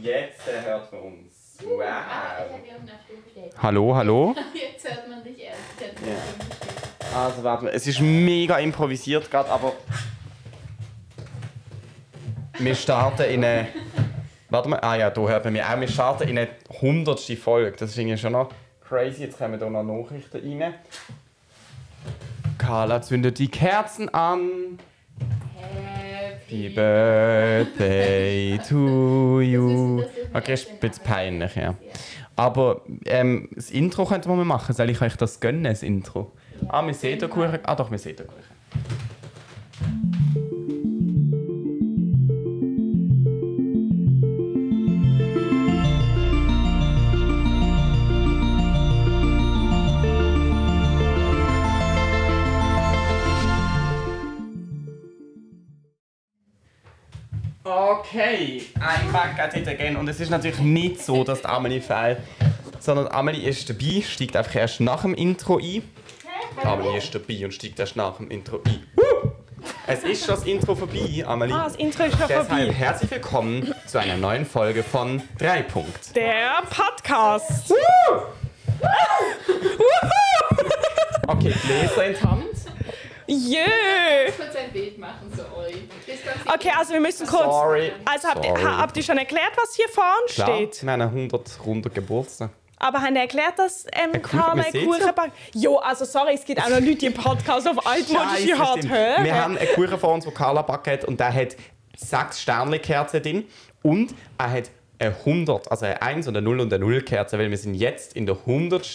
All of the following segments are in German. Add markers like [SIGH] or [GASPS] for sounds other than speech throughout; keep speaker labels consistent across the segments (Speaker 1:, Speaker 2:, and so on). Speaker 1: Jetzt äh, hört man uns.
Speaker 2: Ah, ich
Speaker 1: Wow.
Speaker 2: habe ja auf einer Stimme gestellt.
Speaker 3: Hallo, hallo?
Speaker 2: Jetzt hört man dich erst. Ich habe
Speaker 1: Ja.
Speaker 2: yeah. Stimme gestellt.
Speaker 1: Also warte mal, es ist mega improvisiert gerade, aber wir starten in eine... Warte mal, ah ja, da hört man mich auch. Wir starten in eine hundertste Folge. Das ist irgendwie schon noch crazy. Jetzt kommen da noch Nachrichten rein. Carla zündet die Kerzen an. Happy
Speaker 2: Happy.
Speaker 1: Birthday to you.
Speaker 2: Das ist- das ist mir
Speaker 1: Okay, ist ein
Speaker 2: echt
Speaker 1: bisschen
Speaker 2: ein Arbeiten.
Speaker 1: peinlich, ja.
Speaker 2: Ja.
Speaker 3: Aber ähm, das Intro könnten wir mal machen. Soll ich euch das gönnen, das Intro?
Speaker 2: Ja,
Speaker 3: ah, wir sehen den
Speaker 2: genau.
Speaker 3: Kuchen. Ah doch, wir sehen den Kuchen.
Speaker 1: Okay, einfach geht it again. Und es ist natürlich nicht so, dass die Amelie fehlt, sondern Amelie ist dabei, steigt einfach erst nach dem Intro ein. Die Amelie ist dabei und steigt erst nach dem Intro ein. Woo! Es ist schon das Intro vorbei, Amelie.
Speaker 4: Ah, das Intro ist schon
Speaker 1: Deshalb
Speaker 4: vorbei.
Speaker 1: herzlich willkommen zu einer neuen Folge von 3 Punkt.
Speaker 4: Der Podcast.
Speaker 1: Okay, Gläser in die Hand.
Speaker 4: Yeah.
Speaker 2: Ich kurz ein Bild machen zu euch. Das Ganze-
Speaker 4: Okay, also wir müssen kurz.
Speaker 1: Sorry.
Speaker 4: Also habt ihr,
Speaker 1: Sorry.
Speaker 4: ha- habt ihr schon erklärt, was hier vorne
Speaker 1: Klar,
Speaker 4: steht?
Speaker 1: wir haben einen 100 runden Geburtstag.
Speaker 4: Aber haben ihr erklärt, dass ähm,
Speaker 1: Kuchen-
Speaker 4: Carmen
Speaker 1: wir sehen
Speaker 4: Kuchen backt? Jo, also sorry, es gibt auch noch Leute, die im Podcast auf altmodische
Speaker 1: Scheisse,
Speaker 4: Hart
Speaker 1: stimmt.
Speaker 4: hören.
Speaker 1: Wir haben einen Kuchen vor uns, den Carla backt hat und der hat sechs Sternlichkerzen drin und er hat eine 100, also eine 1 und eine 0 und eine 0 Kerze, weil wir sind jetzt in der 100.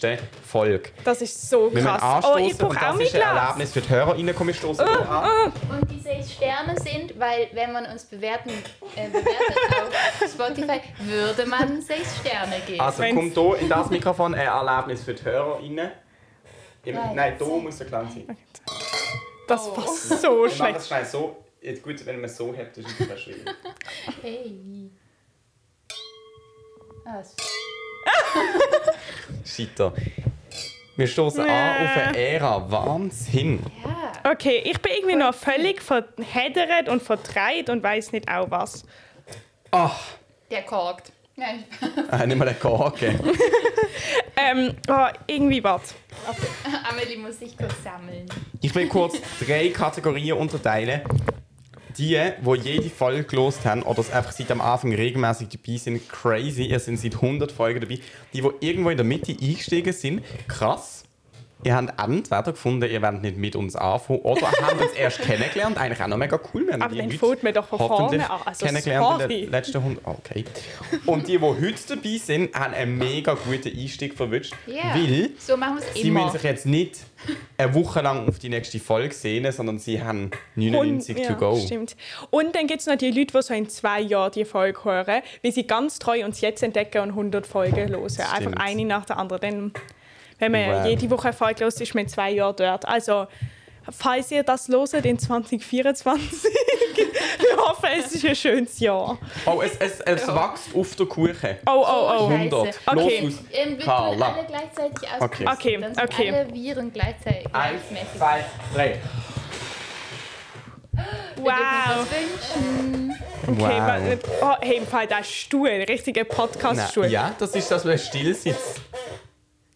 Speaker 1: Folge.
Speaker 4: Das ist so
Speaker 1: Wir müssen
Speaker 4: krass. Oh, ich
Speaker 1: anstoßen
Speaker 4: brauche
Speaker 1: und
Speaker 4: auch
Speaker 1: das
Speaker 4: mein
Speaker 1: ist ein
Speaker 4: Glas. Oh,
Speaker 1: Erlebnis für die HörerInnen. Komm, ich stoße uh, an.
Speaker 2: Und die sechs Sterne sind, weil wenn man uns bewerten, äh, bewertet auf Spotify, würde man sechs Sterne geben.
Speaker 1: Also
Speaker 4: Wenn's-
Speaker 1: kommt hier in das Mikrofon ein Erlebnis für die HörerInnen. Im,
Speaker 2: Nein.
Speaker 1: nein, da muss der klein sein. Wir
Speaker 4: Das war so
Speaker 1: machen
Speaker 4: schlecht.
Speaker 1: Oh, das schnell so. Jetzt Gut, wenn man es so hat, ist es nicht so schwierig.
Speaker 2: Hey. Ah, es-
Speaker 1: Scheiter. Wir stoßen an auf eine Ära. Wahnsinn.
Speaker 2: ja.
Speaker 4: Okay, ich bin irgendwie noch völlig verheddert und verdreht und weiß nicht auch was. Ah.
Speaker 1: Ach,
Speaker 2: Der korkt. Nein, [LAUGHS]
Speaker 1: äh, nicht mal einen Korken.
Speaker 4: Ähm, oh, irgendwie was.
Speaker 2: Amelie muss sich kurz sammeln.
Speaker 1: Ich will kurz drei Kategorien unterteilen. Die, die jede Folge gelost haben oder es einfach seit am Anfang regelmäßig dabei sind, crazy, ihr sind seit 100 Folgen dabei. Die, die irgendwo in der Mitte eingestiegen sind, krass. Ihr habt entweder gefunden, ihr wollt nicht mit uns anfangen oder habt uns erst kennengelernt. Eigentlich auch noch mega cool. Wir haben
Speaker 4: Aber
Speaker 1: die
Speaker 4: dann
Speaker 1: Leute
Speaker 4: fängt man doch von
Speaker 1: hoffentlich
Speaker 4: vorne an. Also,
Speaker 1: kennengelernt in
Speaker 4: sorry.
Speaker 1: den letzten 100... Okay. Und die, die heute dabei sind, haben einen mega guten Einstieg verwünscht,
Speaker 2: Ja.
Speaker 1: weil...
Speaker 2: So machen wir es
Speaker 1: Sie
Speaker 2: immer.
Speaker 1: müssen sich jetzt nicht eine Woche lang auf die nächste Folge sehnen, sondern sie haben 99
Speaker 4: Und-
Speaker 1: to
Speaker 4: ja,
Speaker 1: go.
Speaker 4: Stimmt. Und dann gibt es noch die Leute, die so in zwei Jahren die Folge hören, wie sie ganz treu uns jetzt entdecken und 100 Folgen hören. Einfach
Speaker 1: Stimmt.
Speaker 4: eine nach der anderen. Denn wenn man
Speaker 1: Wow.
Speaker 4: jede Woche eine Folge hört, ist man in zwei Jahren dort. Also, falls ihr das hört in 2024, [LAUGHS] wir hoffen, es ist ein schönes Jahr.
Speaker 1: Oh, es, es, es wächst auf der Kuchen.
Speaker 4: Oh, oh,
Speaker 2: So
Speaker 4: oh.
Speaker 2: scheiße.
Speaker 1: 100.
Speaker 4: Okay.
Speaker 1: Los aus.
Speaker 2: Ähm, wir tun
Speaker 1: Carla.
Speaker 2: alle gleichzeitig aus.
Speaker 1: Okay.
Speaker 4: Okay,
Speaker 2: Dann sind
Speaker 4: okay.
Speaker 2: alle Viren gleichzeitig.
Speaker 1: Eins,
Speaker 2: gleichmäßig.
Speaker 1: zwei, drei. Oh,
Speaker 2: Wir dürfen
Speaker 4: Wow.
Speaker 2: uns das wünschen.
Speaker 4: Okay, wa- oh, hey, im Fall der Stuhl, ein richtiger Podcast-Stuhl.
Speaker 1: Na, ja, das ist, dass man still sitzt.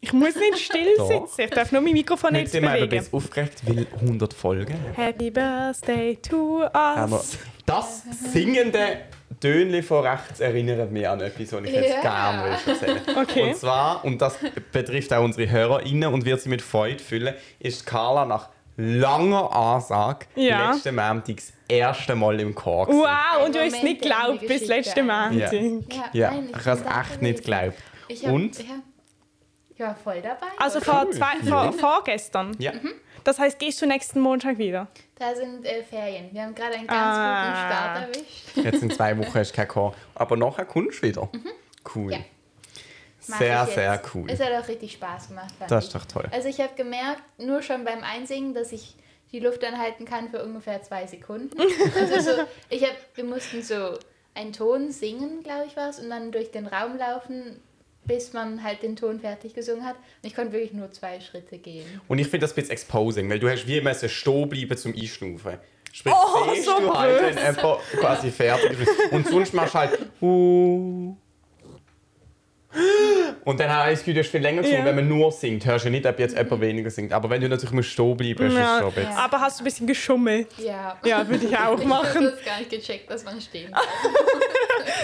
Speaker 4: Ich muss nicht still
Speaker 1: Doch.
Speaker 4: sitzen, ich darf nur mein Mikrofon
Speaker 1: Jetzt
Speaker 4: nicht
Speaker 1: sind wir eben ein
Speaker 4: bewegen.
Speaker 1: bisschen aufgeregt, weil 100 Folgen.
Speaker 4: Happy Birthday to us.
Speaker 1: Aber das singende Tönchen von rechts erinnert mich an etwas, was ich jetzt
Speaker 2: Ja.
Speaker 1: gerne will erzählen
Speaker 4: Okay.
Speaker 1: Und zwar, und das betrifft auch unsere HörerInnen und wird sie mit Freude füllen, ist Carla nach langer Ansage
Speaker 4: Ja.
Speaker 1: letzten Montag das erste Mal im Chor. gewesen.
Speaker 4: Wow, und du hast
Speaker 2: Moment,
Speaker 4: es nicht
Speaker 2: der
Speaker 4: geglaubt
Speaker 2: die
Speaker 4: bis
Speaker 2: Geschichte
Speaker 4: letzte Montag.
Speaker 1: Ja. Ja,
Speaker 2: nein,
Speaker 1: ich habe
Speaker 2: bin da
Speaker 1: es echt nicht
Speaker 2: gewesen.
Speaker 1: geglaubt.
Speaker 2: Ich hab,
Speaker 1: Und?
Speaker 2: Ja, ich war voll dabei.
Speaker 4: Also
Speaker 2: Und
Speaker 4: vor
Speaker 1: Cool.
Speaker 4: zwei,
Speaker 1: Ja.
Speaker 4: vor, vorgestern.
Speaker 1: Ja.
Speaker 2: Mhm.
Speaker 4: Das heißt, gehst du nächsten Montag wieder?
Speaker 2: da sind äh, Ferien. Wir haben gerade einen ganz
Speaker 4: Ah.
Speaker 2: guten Start erwischt.
Speaker 1: Jetzt in zwei Wochen hast du keinen Chor. Aber nachher kommst du wieder. Cool.
Speaker 2: Mhm. Ja. Mach
Speaker 1: Sehr,
Speaker 2: ich jetzt.
Speaker 1: sehr cool.
Speaker 2: Es hat auch richtig Spaß gemacht. Fand
Speaker 1: Das
Speaker 2: ich.
Speaker 1: ist doch toll.
Speaker 2: Also ich habe gemerkt, nur schon beim Einsingen, dass ich die Luft anhalten kann für ungefähr zwei Sekunden.
Speaker 1: [LAUGHS]
Speaker 2: Also so, ich hab, wir mussten so einen Ton singen, glaube ich, war es, und dann durch den Raum laufen, bis man halt den Ton fertig gesungen hat. Und ich konnte wirklich nur zwei Schritte gehen.
Speaker 1: Und ich finde das ein bisschen exposing, weil du hast wie immer so stehen bleiben zum Einschnaufen. Sprich,
Speaker 4: Oh,
Speaker 1: siehst
Speaker 4: so
Speaker 1: du halt, wenn
Speaker 4: böse.
Speaker 1: jemand quasi fertig ist. Und sonst machst du halt. Uh, und dann habe ich das Gefühl, du hast viel länger zu,
Speaker 4: Ja.
Speaker 1: wenn man nur singt. Hörst du nicht, ob jetzt jemand weniger singt. Aber wenn du natürlich musst stehen bleiben, ist es
Speaker 4: Ja.
Speaker 1: schon ein bisschen.
Speaker 2: Ja.
Speaker 4: Aber hast du ein bisschen geschummelt?
Speaker 2: Ja.
Speaker 4: Ja, würde ich auch
Speaker 2: Ich
Speaker 4: machen. Ah.
Speaker 2: habe gar nicht gecheckt, dass man stehen kann.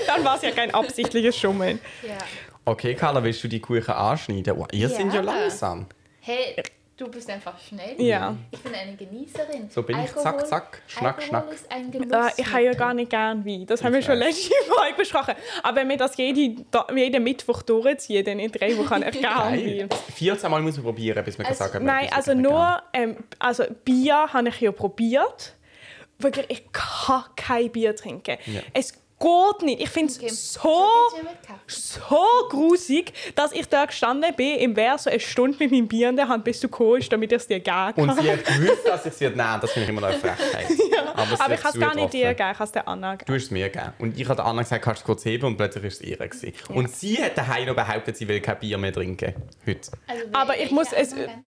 Speaker 4: Dann war es ja kein absichtliches Schummeln.
Speaker 2: Ja.
Speaker 1: Okay, Carla, willst du die Kuchen anschneiden? Wow, ihr seid ja
Speaker 2: Ja.
Speaker 1: langsam.
Speaker 2: Hey, du bist einfach schnell.
Speaker 4: Ja.
Speaker 2: Ich bin eine Genießerin.
Speaker 1: So bin ich. Zack, zack. Schnack,
Speaker 2: Alkohol
Speaker 1: schnack.
Speaker 2: Ist ein Genuss.
Speaker 4: Äh, ich habe ja gar nicht gern Wein. Das haben wir schon letzte Woche besprochen. Aber wenn wir das jede, da- jeden Mittwoch durchziehen, dann in
Speaker 1: [LAUGHS]
Speaker 4: drei Wochen habe ich gerne
Speaker 1: Geil.
Speaker 4: Wein.
Speaker 1: 14 Mal muss man probieren, bis man
Speaker 2: Also,
Speaker 1: sagen kann.
Speaker 4: Nein, also nur ähm, also Bier habe ich ja probiert. Wirklich, ich kann kein Bier trinken.
Speaker 1: Ja.
Speaker 4: Es geht nicht. Ich finde es
Speaker 2: Okay.
Speaker 4: so,
Speaker 2: geht's mir mit Kaffee.
Speaker 4: so grusig, dass ich da gestanden bin, im Wehr so eine Stunde mit meinem Bier in der Hand, bis du gekommen bist, damit ich es dir geben kann.
Speaker 1: Und
Speaker 4: [LAUGHS]
Speaker 1: sie hat gewusst, dass ich es wird nehmen. Das finde ich immer noch eine Frechheit. Aber, es
Speaker 4: Aber
Speaker 1: wird
Speaker 4: ich habe es gar nicht dir
Speaker 1: zugetroffen.
Speaker 4: gegeben, ich habe es der Anna gegeben.
Speaker 1: Du hast es mir gegeben. Und ich habe der Anna gesagt, kannst du es kurz heben und plötzlich war es ihr. Gewesen. Und sie hat daheim noch behauptet, sie will kein Bier mehr trinken. Heute.
Speaker 2: Also,
Speaker 4: Aber
Speaker 2: wer-
Speaker 4: ich muss
Speaker 2: ja,
Speaker 4: es- äh,
Speaker 2: Moment.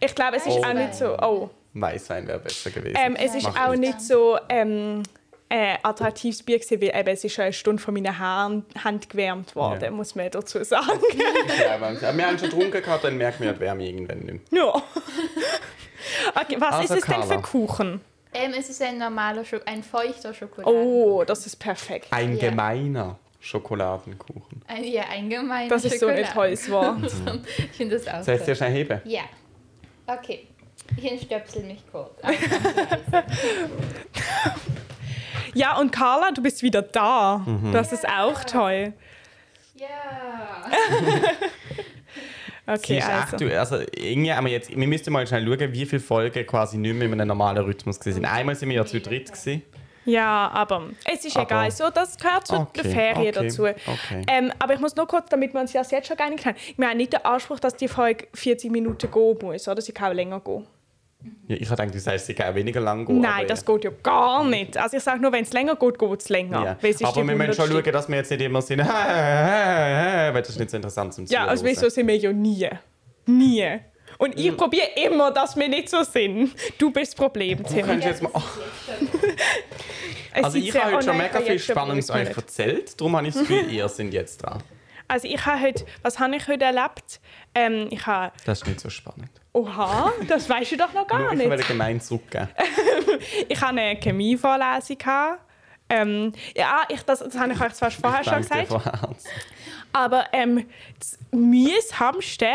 Speaker 4: Ich glaube, es ist
Speaker 1: Oh.
Speaker 4: auch nicht so. Oh.
Speaker 1: Weißwein wäre besser gewesen.
Speaker 4: Ähm, es ist
Speaker 1: Macht
Speaker 4: auch
Speaker 1: nichts.
Speaker 4: nicht so ähm, äh, attraktives Bier gewesen, weil eben, es ist schon eine Stunde von meiner Hand, Hand gewärmt worden,
Speaker 1: Ja.
Speaker 4: muss man dazu sagen.
Speaker 1: Ja, aber wir haben schon getrunken, gehabt, dann merkt man ja die Wärme irgendwann nicht mehr.
Speaker 4: ja. [LAUGHS] Okay, was
Speaker 1: Also,
Speaker 4: ist es denn
Speaker 1: Carla.
Speaker 4: für Kuchen?
Speaker 2: Ähm, es ist ein normaler Schoko ein feuchter Schokoladen.
Speaker 4: Oh, das ist perfekt.
Speaker 1: Ein
Speaker 2: Ja.
Speaker 1: gemeiner Schokoladenkuchen.
Speaker 2: Ein, ja, allgemein.
Speaker 4: Das ist so ein tolles Wort.
Speaker 2: Ich finde das auch
Speaker 1: Soll ich es
Speaker 2: toll.
Speaker 1: dir schnell heben?
Speaker 2: Ja. Okay. Ich entstöpsel mich
Speaker 4: [LAUGHS]
Speaker 2: kurz.
Speaker 4: Ja, und Carla, du bist wieder da.
Speaker 1: Mhm.
Speaker 4: Das ist auch toll.
Speaker 2: ja.
Speaker 1: Sie
Speaker 4: Okay,
Speaker 1: ist echt,
Speaker 4: also.
Speaker 1: du, also irgendwie haben wir jetzt, wir müssten mal schnell schauen, wie viele Folgen quasi nicht mehr in einem normalen Rhythmus gewesen sind. Einmal sind wir ja zu dritt gewesen.
Speaker 4: Ja, aber es ist
Speaker 1: Aber-
Speaker 4: egal. So, das gehört zu
Speaker 1: Okay,
Speaker 4: der Ferien
Speaker 1: okay,
Speaker 4: dazu.
Speaker 1: okay.
Speaker 4: Ähm, aber ich muss nur kurz, damit wir uns das jetzt schon geeinigt haben, wir haben nicht den Anspruch, dass die Folge 40 Minuten gehen muss, oder? Sie kann auch länger gehen.
Speaker 1: Ja, ich dachte, du sagst, sie kann auch weniger lang gehen.
Speaker 4: Nein,
Speaker 1: Oh, aber
Speaker 4: das geht ja gar nicht. Also ich sage nur, wenn es länger geht, geht es länger.
Speaker 1: Ja.
Speaker 4: Weil es ist
Speaker 1: Aber
Speaker 4: die
Speaker 1: wir müssen schon
Speaker 4: 100.
Speaker 1: schauen, dass wir jetzt nicht immer sind, [LAUGHS] weil das ist nicht so interessant zum
Speaker 4: Ja, also
Speaker 1: Zuhören.
Speaker 4: wieso sind wir ja nie. Nie. Und
Speaker 1: Mm.
Speaker 4: ich probiere immer, dass wir nicht so sind. Du bist das Problem,
Speaker 1: Du
Speaker 4: Tim.
Speaker 1: kannst jetzt mal,
Speaker 4: Es
Speaker 1: also
Speaker 4: sieht
Speaker 1: ich
Speaker 4: sehr-
Speaker 1: habe heute
Speaker 4: oh
Speaker 1: schon
Speaker 4: nein,
Speaker 1: mega
Speaker 4: ich
Speaker 1: viel
Speaker 4: jetzt schon
Speaker 1: Spannendes
Speaker 4: Probleme
Speaker 1: euch erzählt, darum habe ich das Gefühl, ihr sind jetzt dran.
Speaker 4: damit. Also ich habe heute, was habe ich heute erlebt? Ähm, ich habe,
Speaker 1: Das ist nicht so spannend.
Speaker 4: oha, das weißt du doch noch
Speaker 1: Nur, [LAUGHS]
Speaker 4: gar
Speaker 1: ich will
Speaker 4: Ah, nicht.
Speaker 1: gemein zurückgeben.
Speaker 4: Ich habe eine Chemievorlesung. gehabt. Ähm, ja, ich, das, das habe ich euch zwar vorher schon
Speaker 1: Danke dir
Speaker 4: gesagt.
Speaker 1: von Herzen.
Speaker 4: Aber ähm, das mühsamste,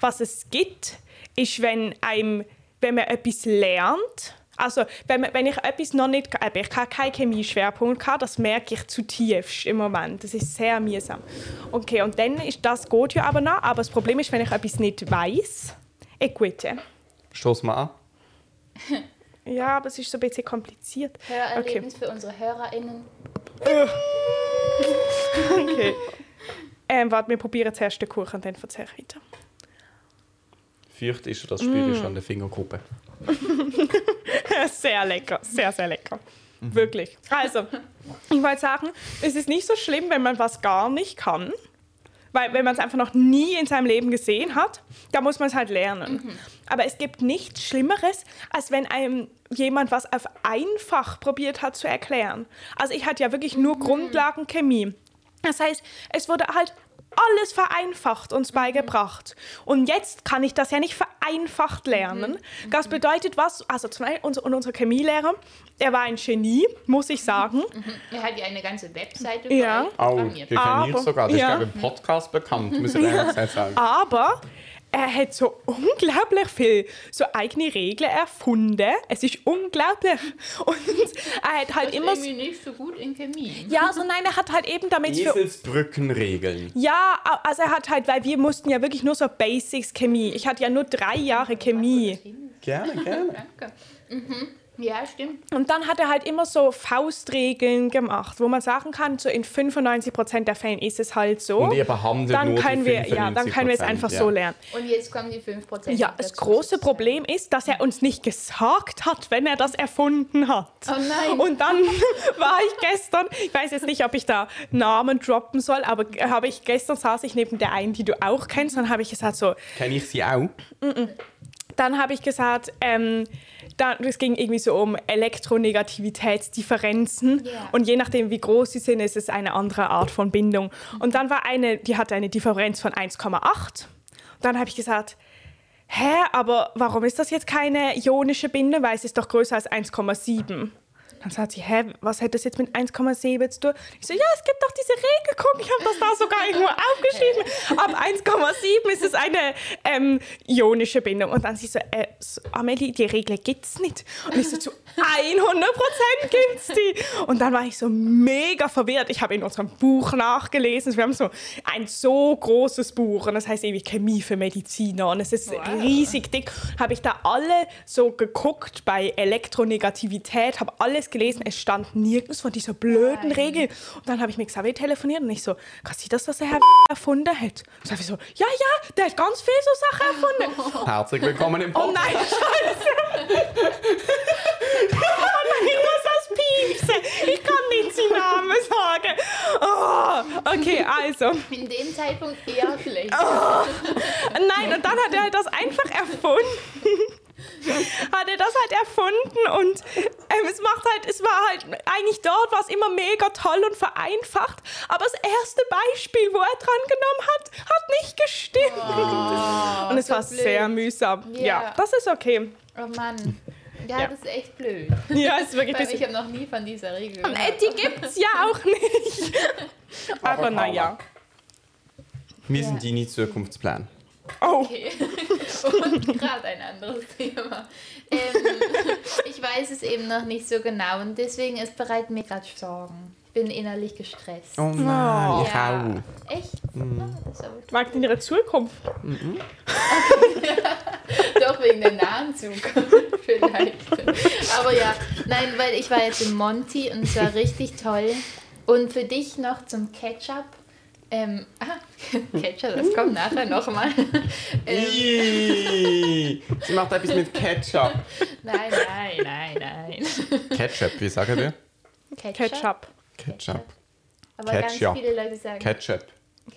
Speaker 4: was es gibt, ist, wenn, einem, wenn man etwas lernt. Also, wenn, man, wenn ich etwas noch nicht. Eben, ich habe keinen Chemieschwerpunkt, gehabt, das merke ich zutiefst im Moment. Das ist sehr mühsam. Okay, und dann ist das geht ja aber noch. Aber das Problem ist, wenn ich etwas nicht weiß, eh equite.
Speaker 1: Stoß mal an.
Speaker 4: Ja, aber es ist so ein bisschen kompliziert.
Speaker 2: Hörerlebnis für unsere HörerInnen.
Speaker 4: Okay. [LAUGHS] ähm, warte, wir probieren zuerst den Kuchen und dann erzähle ich weiter.
Speaker 1: Fürcht ist schon das Spiel
Speaker 4: Mm.
Speaker 1: ist an der Fingerkuppe.
Speaker 4: Sehr lecker, sehr, sehr lecker. Wirklich. Also, ich wollte sagen, es ist nicht so schlimm, wenn man was gar nicht kann. Weil wenn man es einfach noch nie in seinem Leben gesehen hat, da muss man es halt lernen. Aber es gibt nichts Schlimmeres, als wenn einem jemand was auf einfach probiert hat zu erklären. Also ich hatte ja wirklich nur Grundlagenchemie. Das heißt, es wurde halt alles vereinfacht uns beigebracht. Und jetzt kann ich das ja nicht vereinfacht lernen. Das bedeutet was, also zum Beispiel unser, und unser Chemielehrer, er war ein Genie, muss ich sagen.
Speaker 2: Er hat ja eine ganze Webseite
Speaker 4: Ja.
Speaker 2: euch
Speaker 1: Au,
Speaker 2: programmiert.
Speaker 1: die kennen
Speaker 4: Aber-
Speaker 1: ich sogar. Das
Speaker 4: ja.
Speaker 1: ist, glaube ich, im Podcast bekannt, muss ich ehrlich gesagt sagen.
Speaker 4: Aber er hat so unglaublich viel so eigene Regeln erfunden. Es ist unglaublich. Und er hat halt immer. so-
Speaker 2: irgendwie nicht so gut in Chemie.
Speaker 4: Ja, so nein, er hat halt eben damit für
Speaker 1: Eselsbrückenregeln.
Speaker 4: Ja, a- also er hat halt, weil wir mussten ja wirklich nur so Basics Chemie. Ich hatte ja nur drei Jahre Chemie.
Speaker 1: Gerne, gerne.
Speaker 2: Danke. Mhm. Ja, stimmt.
Speaker 4: Und dann hat er halt immer so Faustregeln gemacht, wo man sagen kann, so in 95% der Fällen ist es halt so.
Speaker 1: Und ihr behandelt
Speaker 4: dann
Speaker 1: nur die
Speaker 4: können wir, ja, dann können wir es
Speaker 1: 95%,
Speaker 4: einfach
Speaker 1: ja.
Speaker 4: so lernen.
Speaker 2: Und jetzt kommen die 5%.
Speaker 4: Ja,
Speaker 2: noch
Speaker 4: das
Speaker 2: dazu,
Speaker 4: große
Speaker 2: sozusagen.
Speaker 4: Problem ist, dass er uns nicht gesagt hat, wenn er das erfunden hat.
Speaker 2: Oh nein.
Speaker 4: Und dann [LAUGHS] war ich gestern, ich weiß jetzt nicht, ob ich da Namen droppen soll, aber g- habe ich gestern saß ich neben der einen, die du auch kennst, dann habe ich gesagt so,
Speaker 1: Kenne ich sie auch?
Speaker 4: dann habe ich gesagt, ähm, da, es ging irgendwie so um Elektronegativitätsdifferenzen
Speaker 2: Ja.
Speaker 4: und je nachdem, wie groß sie sind, ist es eine andere Art von Bindung. Und dann war eine, die hatte eine Differenz von 1,8. Und Dann habe ich gesagt, hä, aber warum ist das jetzt keine ionische Binde, weil es ist doch größer als 1,7. Dann sagt sie, hä, was hat das jetzt mit 1,7 zu tun? Ich so, ja, es gibt doch diese Regel, guck, ich habe das da sogar irgendwo aufgeschrieben. Ab 1,7 ist es eine ähm, ionische Bindung. Und dann sie so, äh, so, Amelie, die Regel gibt's nicht. Und ich so, zu 100% gibt's die. Und dann war ich so mega verwirrt. Ich habe in unserem Buch nachgelesen, wir haben so ein so großes Buch und das heißt irgendwie Chemie für Mediziner und es ist riesig dick. Habe ich da alle so geguckt bei Elektronegativität, habe alles gelesen, es stand nirgends von dieser blöden
Speaker 2: Nein.
Speaker 4: Regel. Und dann habe ich mit Xavier telefoniert und ich so, kann sie das, dass der Herr erfunden hat? Und Xavier so, ja, ja, der hat ganz viel so Sachen erfunden.
Speaker 1: Herzlich willkommen im
Speaker 4: Oh
Speaker 1: Podcast.
Speaker 4: nein, scheiße! [LAUGHS] oh nein, ich muss das piepsen! Ich kann nicht seinen Namen sagen! Oh, okay, also.
Speaker 2: In dem Zeitpunkt eher
Speaker 4: [LAUGHS]
Speaker 2: schlecht.
Speaker 4: Nein, und dann hat er halt das einfach erfunden. [LAUGHS] hat er das halt erfunden und ähm, es macht halt, es war halt, eigentlich dort war es immer mega toll und vereinfacht, aber das erste Beispiel, wo er dran genommen hat, hat nicht gestimmt. [LAUGHS] und
Speaker 2: Ah,
Speaker 4: es
Speaker 2: so
Speaker 4: war
Speaker 2: blöd.
Speaker 4: sehr mühsam. ja,
Speaker 2: Ja.
Speaker 4: das ist okay.
Speaker 2: Oh Mann. Ja,
Speaker 4: Ja.
Speaker 2: das ist echt blöd.
Speaker 4: Ja, es ist wirklich
Speaker 2: Weil
Speaker 4: bisschen-
Speaker 2: ich habe noch nie von dieser Regel
Speaker 4: Und äh, die gibt's ja auch nicht.
Speaker 2: [LAUGHS]
Speaker 4: Aber naja.
Speaker 1: Wir sind deine Zukunftspläne.
Speaker 4: Oh,
Speaker 2: Okay. [LAUGHS] Und gerade ein anderes [LAUGHS] Thema. Ähm, ich weiß es eben noch nicht so genau und deswegen es bereitet mir gerade Sorgen. Ich bin innerlich gestresst.
Speaker 1: Oh nein,
Speaker 4: Oh.
Speaker 1: ich auch.
Speaker 2: Echt? Mhm. So.
Speaker 4: mag in ihre Zukunft.
Speaker 2: Doch wegen der nahen Zukunft [LAUGHS] vielleicht. Aber ja, nein, weil ich war jetzt in Monty und es war richtig toll. Und für dich noch zum Ketchup. Ähm, ah, [LAUGHS] Ketchup, das kommt nachher nochmal. [LAUGHS] Ähm,
Speaker 1: Ii, Sie macht etwas mit Ketchup.
Speaker 2: nein, nein, nein, nein.
Speaker 1: Ketchup, wie sagen wir?
Speaker 4: Ketchup.
Speaker 1: Ketchup.
Speaker 2: Aber
Speaker 1: Ketchup.
Speaker 2: ganz viele Leute sagen
Speaker 1: Ketchup.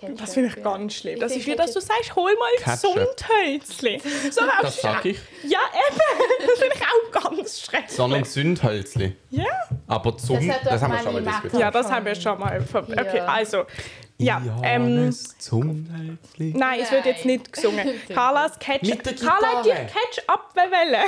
Speaker 2: Ketchup.
Speaker 4: Das finde ich
Speaker 2: ja.
Speaker 4: ganz schlimm. Das
Speaker 2: Ich
Speaker 4: ist wie,
Speaker 2: finde
Speaker 4: dass du sagst, hol mal
Speaker 1: Ketchup.
Speaker 4: Gesundhölzli. So,
Speaker 1: Das sag ich.
Speaker 4: ja, eben. Das finde ich auch ganz schrecklich.
Speaker 1: Sondern Sündhölzli.
Speaker 4: Ja.
Speaker 1: Aber zum.
Speaker 2: Das
Speaker 1: Das, haben
Speaker 2: hat doch
Speaker 1: wir
Speaker 2: Mami
Speaker 1: schon mal
Speaker 2: Marco.
Speaker 1: diskutiert.
Speaker 4: ja, das haben wir schon mal. ver-
Speaker 2: Ja.
Speaker 4: Okay, also. Ja, ähm,
Speaker 1: Zundhölzli.
Speaker 4: nein, es wird jetzt
Speaker 2: Nein. [LAUGHS]
Speaker 4: nicht gesungen. Carlas Ketchup.
Speaker 1: Mit der
Speaker 4: Carla, die
Speaker 1: Gitarre.
Speaker 4: Ketchup-Welle.